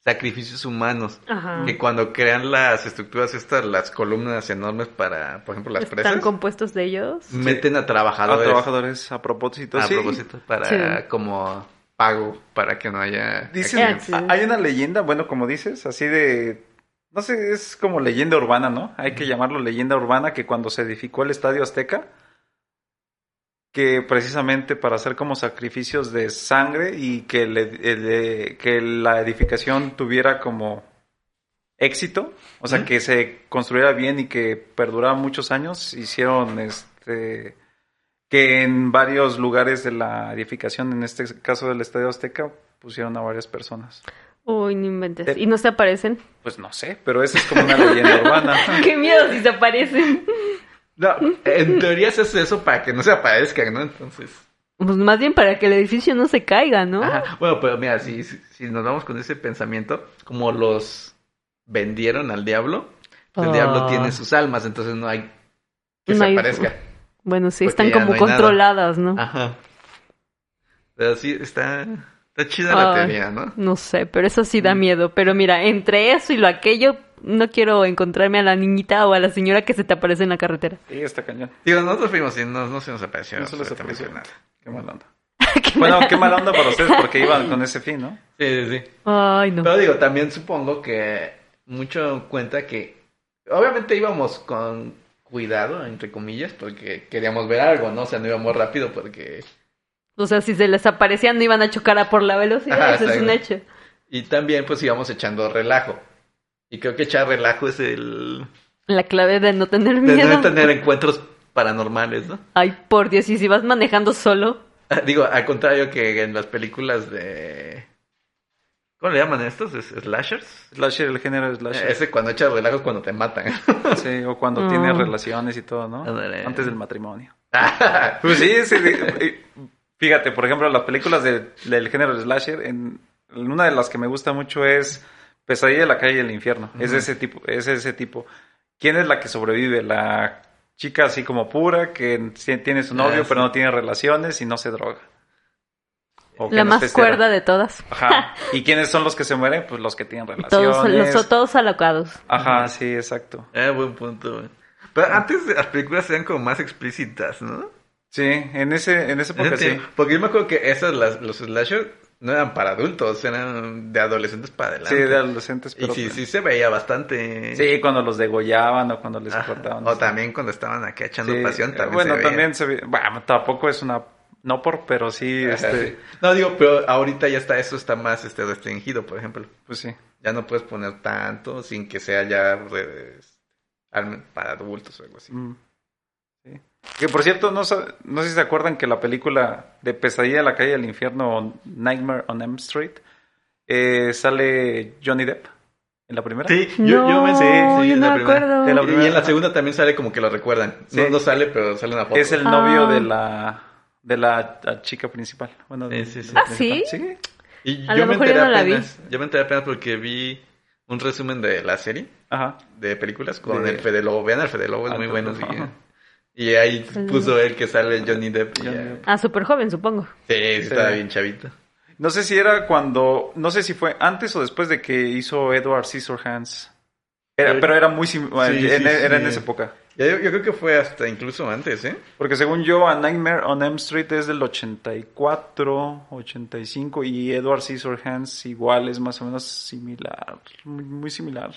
sacrificios humanos,
Ajá.
que cuando crean las estructuras estas, las columnas enormes para, por ejemplo, las
¿Están
presas,
compuestos de ellos?
meten a
A
trabajadores
trabajadores a propósito,
a
sí.
propósito para
Sí. Eh.
como pago para que no haya
Dicen-
accidentes.
Sí.
a- "Ah, hay una leyenda, bueno, como dices, así de no sé, es como leyenda urbana, ¿no? Hay que llamarlo leyenda urbana que cuando se edificó el Estadio Azteca que precisamente para hacer como sacrificios de sangre y que, el ed- el de- que la edificación tuviera como éxito, o sea,
Ujú.
que se construyera bien y que perdurara muchos años, hicieron este que en varios lugares de la edificación, en este caso del Estadio Azteca, pusieron a varias personas.
Mm.
Uy, no inventes.
Eh.
¿Y no se aparecen? [laughs]
Pues no sé, pero esa es como una leyenda urbana.
¡Qué miedo si se aparecen!
No, en teoría se hace eso para que no se aparezcan, ¿no? Entonces.
Pues más bien para que el edificio no se caiga, ¿no?
Ajá. Bueno, pero mira, si, si- si nos vamos con ese pensamiento, como los vendieron al diablo, pues el diablo
Ah.
tiene sus almas, entonces no hay que
No
se
hay-
aparezca.
Bueno, sí,
Porque
están
Pues ya
como
no hay nada. Ah.
controladas, ¿no?
Ajá. Pero sí, está, está chida la
Ay.
teoría, ¿no?
No sé, pero eso sí
Mm.
da miedo. Pero mira, entre eso y lo aquello, no quiero encontrarme a la niñita o a la señora que se te aparece en la carretera.
Sí, está cañón.
Digo, nosotros fuimos y no, no se nos apareció.
No se les
absolutamente
apareció
nada.
Qué mala onda. Bueno, [laughs] qué mala onda para ustedes porque iban con ese fin, ¿no?
Sí, sí, sí.
Ay, no.
Pero digo, también supongo que mucho cuenta que obviamente íbamos con cuidado, entre comillas, porque queríamos ver algo, ¿no? O sea, no íbamos rápido porque...
O sea, si se les aparecían, no iban a chocar a por la velocidad.
Ajá,
eso es un
exacto.
hecho.
Y también pues íbamos echando relajo. Y creo que echar relajo es el...
La clave de no
De
tener miedo.
no tener encuentros paranormales, ¿no? [laughs]
Ay, por Dios, y si vas manejando solo.
Digo, al contrario que en las películas de... ¿Cómo le llaman estos? ¿Es- ¿Slashers?
Slasher, el género de slasher.
Ese cuando echas relajo es cuando te matan. [laughs]
Sí, o cuando
No.
tienes relaciones y todo, ¿no?
Ándale.
Antes del matrimonio. [laughs] Pues sí, sí, sí. Fíjate, por ejemplo, las películas de- del género slasher, en, en una de las que me gusta mucho es Pesadilla de la calle del infierno. Es
Ujú.
de ese tipo, es de ese tipo. ¿Quién es la que sobrevive? La chica así como pura, que sí tiene su
Ah,
novio,
sí.
pero no tiene relaciones y no se droga. O que
La
no
más
festera.
cuerda de todas. [laughs]
Ajá. ¿Y quiénes son los que se mueren? Pues los que tienen relaciones.
Todos, los, todos alocados.
Ajá, sí, exacto.
Eh, buen punto, güey. Pero antes las películas eran como más explícitas, ¿no?
Sí, en ese, en ese época sí.
Porque yo me acuerdo que esas, las, los slasher, no eran para adultos, eran de adolescentes para
Sí,
adelante.
de adolescentes,
Y
pero... pues,
sí, sí se veía bastante.
Sí, cuando los degollaban o cuando les
Ajá.
cortaban.
Ah, O
sí.
también cuando estaban acá echando
Sí,
pasión
eh,
también.
Bueno,
se veía.
también se ve. Bueno, tampoco es una. No por, pero sí,
Ajá,
este,
sí. No, digo, pero ahorita ya está, eso está más este, restringido, por ejemplo.
pues sí.
Ya no puedes poner tanto sin que sea ya pues, al- para adultos o algo así.
Mm. Sí. Que por cierto, no, sa- no sé si se acuerdan que la película de Pesadilla en la calle del infierno o Nightmare on Elm Street eh, sale Johnny Depp en la primera.
yo- yo me- No,
Sí, sí,
yo
en
no
la primera.
me acuerdo.
En la
Y-
primera. Y en la segunda también sale como que lo recuerdan.
Sí.
No, no sale, pero sale una foto.
Es el novio
Ah.
de la de la, la chica principal. Bueno,
Sí,
de-
sí, sí.
de la
Ah, ¿sí?
principal. Sí.
Y
A
yo me
lo mejor yo
enteré
no la vi.
apenas, yo me enteré apenas porque vi un resumen de la serie
Ajá.
de películas con
De-
el Fede Lobo. Vean al Fede Lobo, es
Ah,
muy
no,
bueno. ¿eh?
no. [laughs]
Y, y ahí
Fede
puso él que sale Johnny Depp. y
Johnny
ya.
Depp.
Ah, súper joven, supongo.
Sí, sí, estaba
Sí.
bien chavito.
No sé si era cuando, no sé si fue antes o después de que hizo Edward Scissorhands. Era-
Sí.
pero era muy sim- en-
sí,
en- era en
sí.
esa época.
Ya Yo, yo creo que fue hasta incluso antes, ¿eh?
Porque según yo, A Nightmare on Elm Street es del 84, 85 y Edward Scissorhands igual es más o menos similar, muy, muy similar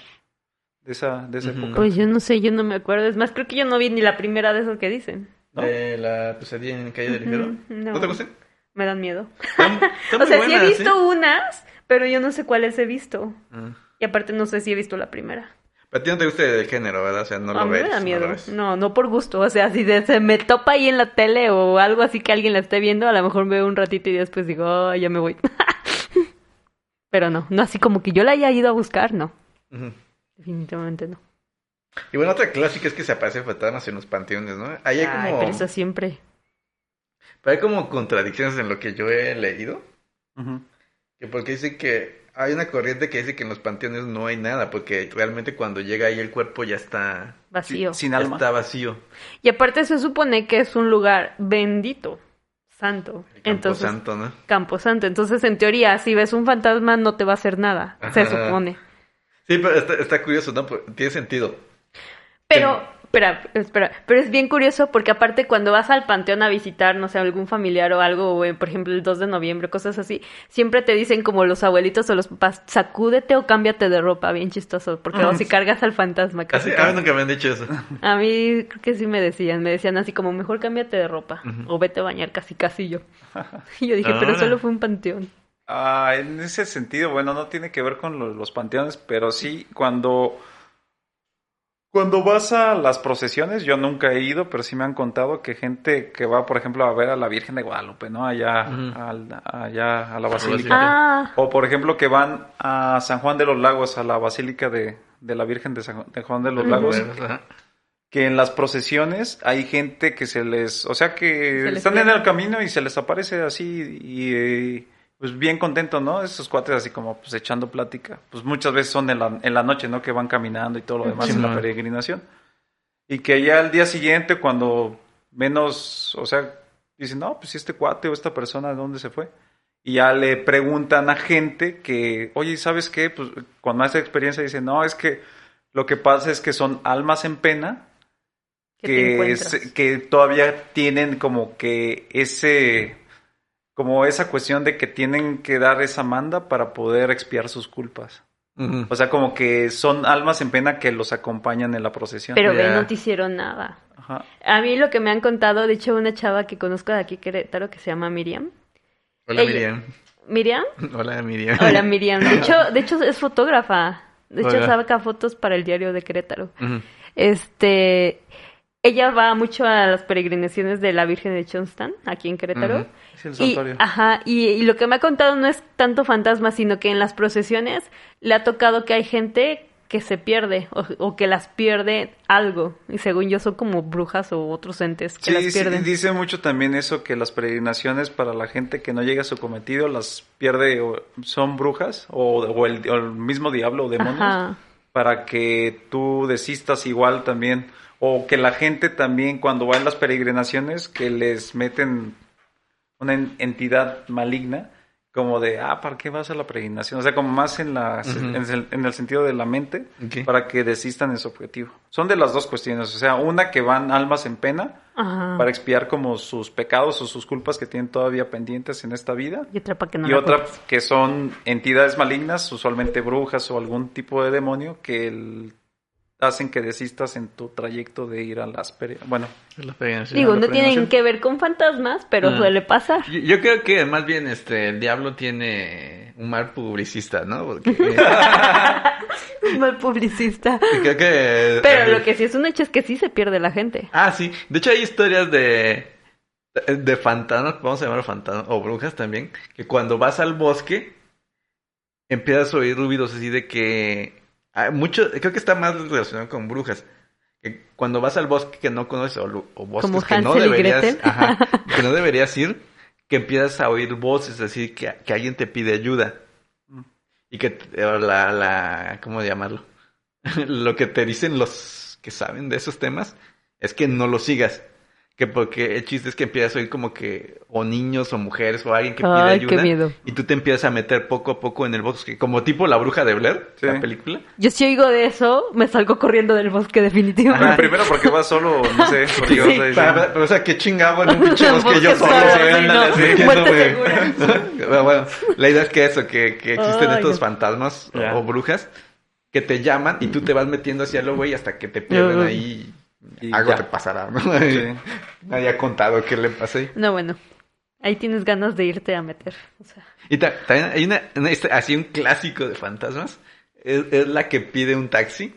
de esa, de esa
Ujú.
época.
Pues yo no sé, yo no me acuerdo. Es más, creo que yo no vi ni la primera de esas que dicen.
¿No?
De la pesadilla en calle del
Ujú,
infierno.
no.
¿No te gustan?
Me dan miedo.
Están- están
[laughs] o sea,
muy
sí he
buenas, ¿eh?
visto unas, pero yo no sé cuáles he visto.
¿eh?
Ah.
Y aparte no sé si he visto la primera.
Pero a ti no te gusta el género, ¿verdad? O sea, no lo
a mí
ves.
me da
no
miedo.
lo
No,
ves.
no, por gusto. O sea, si de- se me topa ahí en la tele o algo así que alguien la esté viendo, a lo mejor veo un ratito y después digo, "Ay, ya me voy. [laughs] pero no, no así como que yo la haya ido a buscar, no.
Ujú.
Definitivamente no.
Y bueno, otra clásica es que se aparecen fantasmas en los panteones, ¿no? Ahí hay
Ay,
como,
pero eso siempre.
pero hay como contradicciones en lo que yo he leído.
Ujú.
Que porque dice que hay una corriente que dice que en los panteones no hay nada, porque realmente cuando llega ahí el cuerpo ya está,
Vacío.
Sin
ya
alma.
está vacío.
Y aparte se supone que es un lugar bendito, santo.
El campo
Entonces,
santo, ¿no?
Camposanto. Entonces, en teoría, si ves un fantasma, no te va a hacer nada, se
Ajá.
supone.
Sí, pero está, está curioso, ¿no? Porque Tiene sentido.
Pero,
Pero-
espera, espera, pero es bien curioso porque aparte cuando vas al panteón a visitar, no sé, algún familiar o algo, o, eh, por ejemplo, el 2 de noviembre, cosas así, siempre te dicen como los abuelitos o los papás, sacúdete o cámbiate de ropa, bien chistoso, porque
Mm.
o si cargas al fantasma.
Así,
casi
a mí
casi.
nunca me han dicho eso.
A mí creo que sí me decían, me decían así como, mejor cámbiate de ropa
Ujú.
o vete a bañar casi
[laughs]
casi yo. Y yo dije, pero
Ahora.
solo fue un panteón.
Ah, en ese sentido, bueno, no tiene que ver con lo- los, panteones, pero sí cuando cuando vas a las procesiones, yo nunca he ido, pero sí me han contado que gente que va, por ejemplo, a ver a la Virgen de Guadalupe, ¿no? Allá,
Ujú.
al- allá a la
Claro.
basílica.
basílica.
Ah,
O por ejemplo que van a San Juan de los Lagos, a la basílica de, de la Virgen de San Ju- de Juan de [laughs] los Lagos,
Ajá.
que en las procesiones hay gente que se les, o sea que
Se les
están en
pierde.
el camino y se les aparece así y eh, pues bien contento, ¿no? Esos cuates así como pues echando plática. Pues muchas veces son en la, en la noche, ¿no? Que van caminando y todo lo demás
Sí,
en la
man.
peregrinación. Y que ya al día siguiente cuando menos, o sea, dicen, no, pues ¿y este cuate o esta persona, ¿de dónde se fue? Y ya le preguntan a gente que, oye, ¿sabes qué? Pues con más experiencia dicen, no, es que lo que pasa es que son almas en pena
que te
que,
encuentras.
se- que todavía tienen como que ese, como esa cuestión de que tienen que dar esa manda para poder expiar sus culpas.
Ujú.
O sea, como que son almas en pena que los acompañan en la procesión.
Pero ve,
Ya.
no te hicieron nada.
Ajá.
A mí lo que me han contado, de hecho, una chava que conozco de aquí, Querétaro, que se llama Miriam.
Hola,
Ella-
Miriam. [laughs]
¿Miriam?
Hola, Miriam. [laughs]
Hola, Miriam. De hecho, de hecho es fotógrafa. De hecho,
Hola.
saca fotos para el diario de Querétaro.
Ujú.
Este, ella va mucho a las peregrinaciones de la Virgen de Chonstan, aquí en Querétaro.
Ujú.
Es el
Y, ah,
santuario.
ajá, y, y lo que me ha contado no es tanto fantasma, sino que en las procesiones le ha tocado que hay gente que se pierde o, o que las pierde algo. Y según yo son como brujas o otros entes que
Sí,
las
sí,
pierden.
dice mucho también eso, que las peregrinaciones para la gente que no llega a su cometido las pierde, o son brujas o, o el, o el mismo diablo o demonios,
Ajá.
para que tú desistas igual también. O que la gente también cuando va en las peregrinaciones, que les meten una en- entidad maligna, como de, ah, ¿para qué vas a la peregrinación? O sea, como más en, la,
Ujú.
en, el, en el sentido de la mente,
Ok.
para que desistan de su objetivo. Son de las dos cuestiones, o sea, una que van almas en pena,
Ajá.
para expiar como sus pecados o sus culpas que tienen todavía pendientes en esta vida.
Y otra para que no
Y
la
otra
cuentes.
que son entidades malignas, usualmente brujas o algún tipo de demonio que el- hacen que desistas en tu trayecto de ir a las pere-
[laughs]
bueno,
Es la
pues,
peregrinación.
Digo,
La
no tienen
peregrinación.
que ver con fantasmas, pero
Mm.
suele pasar. [laughs]
Yo, yo creo que más bien este el diablo tiene un mal publicista, ¿no? Porque [laughs]
Mal publicista.
creo que
Pero lo que sí es un hecho es que sí se pierde la [laughs] gente.
Ah, sí. De hecho hay historias de de fantasmas, vamos a llamarlo fantasmas o brujas también, que cuando vas al bosque empiezas a oír ruidos así de que ah, mucho creo que está más relacionado con brujas. Que cuando vas al bosque que no conoces o, lu- o bosques
Como
que no
Hansel y
deberías,
Gretel. [laughs]
ajá, que no deberías ir, que empiezas a oír voces así que, que alguien te pide ayuda. Y que te- o la, la, ¿cómo llamarlo? [laughs] Lo que te dicen los que saben de esos temas es que no lo sigas. Que porque el chiste es que empiezas a oír como que o niños o mujeres o alguien que pide
Ay,
ayuda.
qué miedo.
Y tú te empiezas a meter poco a poco en el bosque, como tipo la bruja de Blair,
Sí.
la película.
Yo si oigo de eso, me salgo corriendo del bosque definitivamente.
Ajá.
primero porque vas solo, no sé, porque
Sí.
vas a decir,
Pero, pero, o sea, qué chingado
[laughs]
en un pinche bosque
Bosque
yo solo,
solo,
güey,
sí,
ándale,
no.
así, que
Muerte
no, güey. [laughs] Pero bueno, la idea es que eso, que, que existen
Ay,
estos
no.
fantasmas o-
Ya.
o brujas que te llaman y tú te vas metiendo hacia lo güey hasta que te pierden
Ujú.
ahí y
Y
algo
ya.
te pasará, ¿no? [laughs]
Sí.
Nadie ha contado qué le pasó ahí.
No, bueno. Ahí tienes ganas de irte a meter. O sea,
Y ta- también hay una, una hist- así un clásico de fantasmas, es, es la que pide un taxi.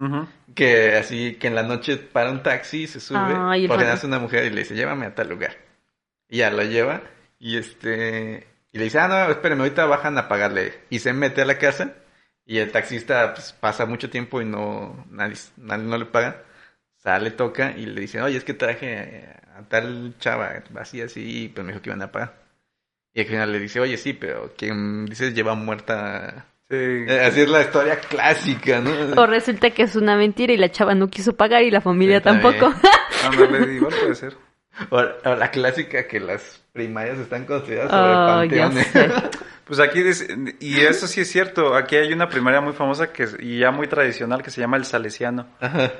Ujú.
Que así, que en la noche para un taxi, se sube,
Ay, el
por
fan-
hace una mujer y le dice, llévame a tal lugar. Y ya lo lleva y este, y le dice, ah, no, espérame, ahorita bajan a pagarle. Y se mete a la casa y el taxista pues, pasa mucho tiempo y no, nadie, nadie- no le paga. Sale, toca y le dice, oye, es que traje a tal chava, así, así, y pues me dijo que iban a pagar. Y al final le dice, oye, sí, pero quien dices lleva muerta...
Sí.
Eh, Así es la historia clásica, ¿no?
o resulta que es una mentira y la chava no quiso pagar y la familia
Sí, también.
tampoco.
Ándale, igual puede ser.
O, o la clásica que las primarias están
[laughs]
construidas sobre
Oh, ya
panteones. [laughs]
sé.
Pues aquí, dice- y eso sí es cierto, aquí hay una primaria muy famosa que, es- y ya muy tradicional que se llama el Salesiano.
Ajá.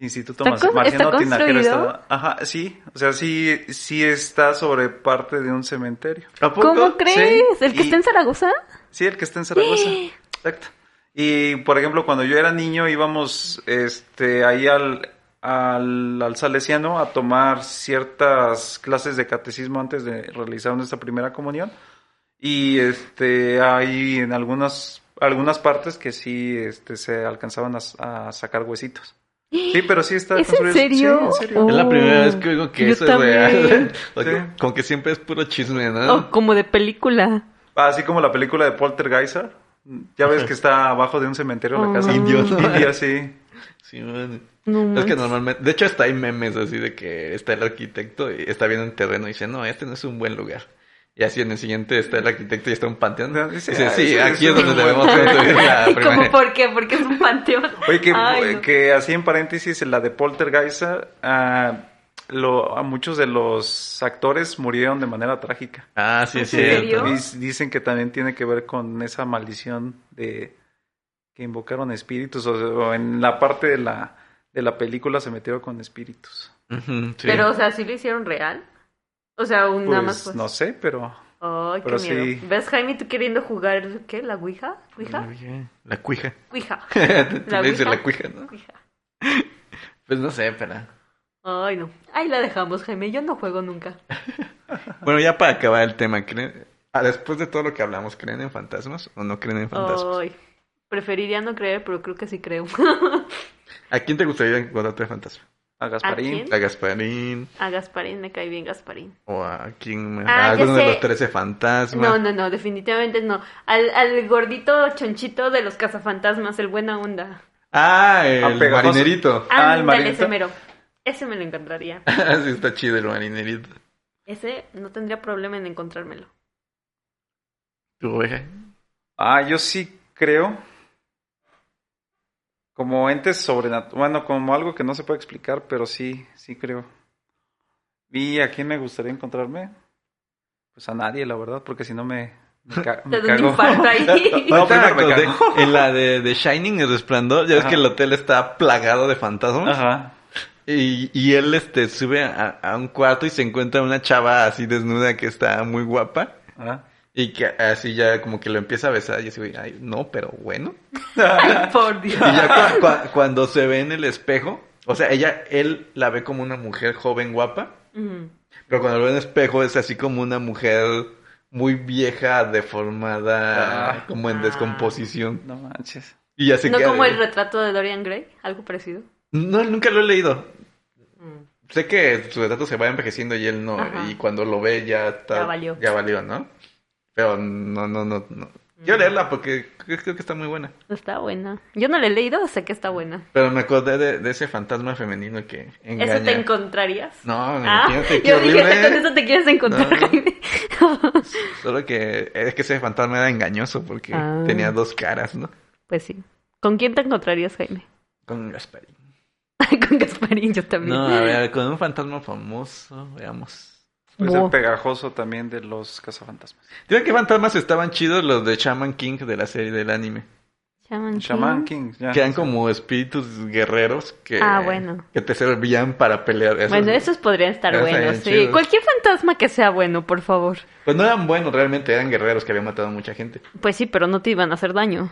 Instituto
¿Está
Mas-
con-
Marciano
está
Tinajero
construido?
está- Ajá, sí, o sea, sí, sí está sobre parte de un cementerio.
¿A poco?
¿Cómo crees?
Sí,
¿El que
y-
está en Zaragoza?
Sí, el que está en Zaragoza. Exacto. Y por ejemplo, cuando yo era niño íbamos este ahí al al, al salesiano a tomar ciertas clases de catecismo antes de realizar nuestra primera comunión. Y este hay en algunas algunas partes que sí este se alcanzaban a, s- a sacar huesitos. Sí, pero sí está
¿Es en
construido- sí,
serio? Oh.
en serio.
Es la primera vez que oigo que eso es real. [laughs] O que-
Sí.
Como que siempre es puro chisme, ¿no?
O como de película.
Así como la película de Poltergeiser. Ya ves que está abajo de un cementerio la casa.
Ah.
Indio, ¿no?
Indio, sí.
Sí, man.
No
Es que
manches.
normalmente, de hecho hasta hay memes así de que está el arquitecto y está viendo un terreno y dice, no, este no es un buen lugar. Y así en el siguiente está el arquitecto y está un panteón.
No, dice,
dice, sí,
"Ah,
aquí [laughs]
ese-
es donde
ese es
debemos
un buen
construir la
¿Y [laughs] cómo
primaria.
por qué? Porque es un panteón.
Oye, que, eh,
Ay, no.
que así en paréntesis, en la de Poltergeist, ah, lo, a muchos de los actores murieron de manera trágica.
Ah, sí,
¿En
sí.
serio?
Dic- Dicen que también tiene que ver con esa maldición de que invocaron espíritus, o, o en la parte de la, de la película se metieron con espíritus.
Ujú, sí.
Pero, o sea, ¿sí lo hicieron real? O sea, un, nada más.
Pues, no sé, pero
Ay, qué
Pero
miedo.
sí.
¿Ves, Jaime, tú queriendo jugar, ¿qué? ¿La Ouija?
Mm.
¿Ouija?
La cuija. [laughs]
Ouija.
Le dice
ouija?
la cuija, ¿no?
Ouija.
Pues no sé, pero...
Ay, no. Ahí la dejamos, Jaime. Yo no juego nunca.
Bueno, ya para acabar el tema, ¿creen? ah, después de todo lo que hablamos, ¿creen en fantasmas o no creen en fantasmas?
Ay. Preferiría no creer, pero creo [laughs] que sí creo.
¿A quién te gustaría encontrarte de fantasma?
A Gasparín.
quién?
A Gasparín.
A Gasparín, me cae bien Gasparín.
O a quién más. a
Ah, ya
alguno
sé.
de los 13 fantasmas.
No, no, no, definitivamente no. Al, al gordito chonchito de los cazafantasmas, el buena onda.
Ah,
Ah,
el
pegajoso.
marinerito. [laughs]
Ah, el
Ándale, ese
marinito.
mero. Ese me lo encontraría.
Así está chido el marinerito.
Ese no tendría problema en encontrármelo.
Tu oveja.
Ah, yo sí creo. Como entes sobrenaturales. Bueno, como algo que no se puede explicar, pero sí, sí creo. ¿Y a quién me gustaría encontrarme? Pues a nadie, la verdad, porque si no me,
[laughs]
me, ca- me
Te da un
cago.
infarto ahí.
No,
Ahorita
primero
me
me
acordé, en la de, de Shining, el resplandor, ya ves
Ajá.
que el hotel está plagado de fantasmas.
[laughs] Ajá.
Y, y él este, sube a, a un cuarto y se encuentra una chava así desnuda que está muy guapa.
ajá.
Y que así ya como que lo empieza a besar y así, güey, ay, no, pero bueno.
Ay, [laughs] por Dios.
Y ya cu- cu- cuando se ve en el espejo, o sea, ella, él la ve como una mujer joven guapa,
Ujú.
pero cuando lo ve en el espejo es así como una mujer muy vieja, deformada,
Ah.
como en
Ah.
descomposición.
No manches.
Y ya se
No
queda-
como el retrato de Dorian Gray, algo parecido.
No, nunca lo he leído.
Mm.
Sé que su retrato se va envejeciendo y él no,
Ajá.
y cuando lo ve ya está...
Ya valió.
Ya valió, ¿no? Pero no, no, no, no. Yo
Mm.
leerla porque creo creo que está muy buena.
Está buena. Yo no la he leído, sé que está buena.
Pero me acordé de, de ese fantasma femenino que engaña.
¿Eso te encontrarías?
No,
Ah,
imagínate qué
yo dije,
horrible.
con eso te quieres encontrar,
No.
Jaime. [laughs]
Solo que es que ese fantasma era engañoso porque
Ah.
tenía dos caras, ¿no?
pues sí. ¿Con quién te encontrarías, Jaime? [laughs]
Con Gasparín.
con Gasparín, yo también.
No, a ver, con un fantasma famoso, veamos.
Pues
Buah.
el pegajoso también de los cazafantasmas.
Digo que fantasmas estaban chidos los de Shaman King de la serie del anime.
Shaman
Shaman
King.
King, ya.
Que eran como espíritus guerreros que,
Ah, bueno.
que te servían para pelear. Esos-
Bueno, esos podrían estar
Esos
buenos,
estarían
sí.
chidos.
Cualquier fantasma que sea bueno, por favor.
Pues no eran buenos realmente, eran guerreros que habían matado a mucha gente.
Pues sí, pero no te iban a hacer daño.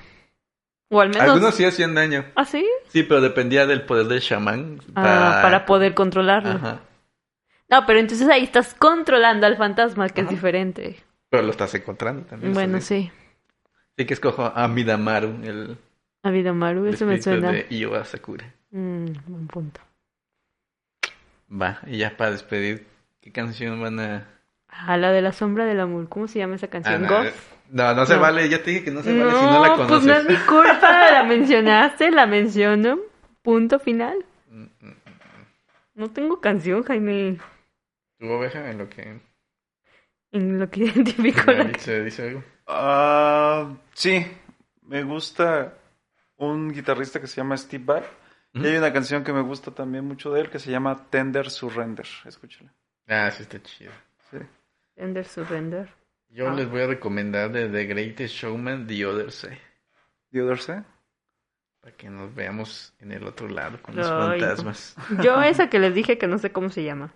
O al menos...
Algunos sí hacían daño.
¿Ah, sí?
Sí, pero dependía del poder del chamán
Ah, para poder controlarlo.
Ajá.
No, pero entonces ahí estás controlando al fantasma, que
Ajá.
es diferente.
Pero lo estás encontrando también.
Bueno,
eso
sí.
Sí que escojo a Midamaru, el
Habido Maru, eso me
espíritu
suena.
de Iowa Sakura.
Mm, buen punto.
Va, y ya para despedir, ¿qué canción van a...?
A la de la sombra del amor. ¿Cómo se llama esa canción?
Ah, no,
Ghost.
no, no se
No.
vale, ya te dije que no [laughs] se vale si no la conoces.
pues no es mi
[laughs]
culpa. La mencionaste, la menciono. Punto final.
Mm, mm.
No tengo canción, Jaime,
Tu oveja en lo
[laughs]
que
en lo que [laughs] identifico la canción.
se dice algo.
Ah, sí, me gusta un guitarrista que se llama Steve Vai. Y
Ujú.
hay una canción que me gusta también mucho de él que se llama Tender Surrender. Escúchala.
Ah, sí está chido.
Sí.
Surrender, surrender.
Yo
Ah.
les voy a recomendar de The Greatest Showman The Other Side.
The Other Side.
Para que nos veamos en el otro lado con los
Ay, no.
fantasmas. [laughs]
Yo esa que les dije que no sé cómo se llama.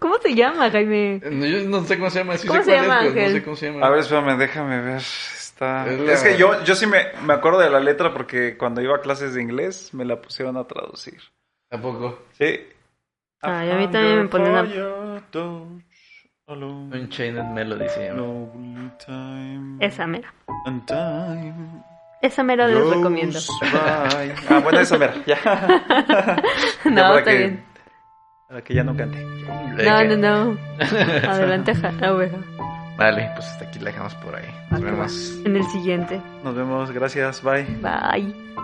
¿Cómo se llama, Jaime?
No, yo no sé cómo se llama. Sí
¿Cómo
sé
se
cuál
llama,
es, pero no
Ángel?
sé cómo se llama.
A ver, espérame, déjame ver. Está...
Es la-
Es que yo, yo sí me, me acuerdo de la letra porque cuando iba a clases de inglés me la pusieron a traducir.
Tampoco.
Sí.
Ay, a mí también me ponen a-
Un Chained Melody se llama.
Esa mera. Esa mera les recomiendo.
Ah, bueno, esa mera, ya. [laughs] Ya
No,
para
está
que-
bien.
Para que ya no cante.
No,
[laughs]
no, no. Adelante, ja- la oveja.
Vale, pues hasta aquí la dejamos por ahí.
Ah,
Nos
qué
vemos.
En el siguiente.
Nos vemos, gracias, bye.
Bye.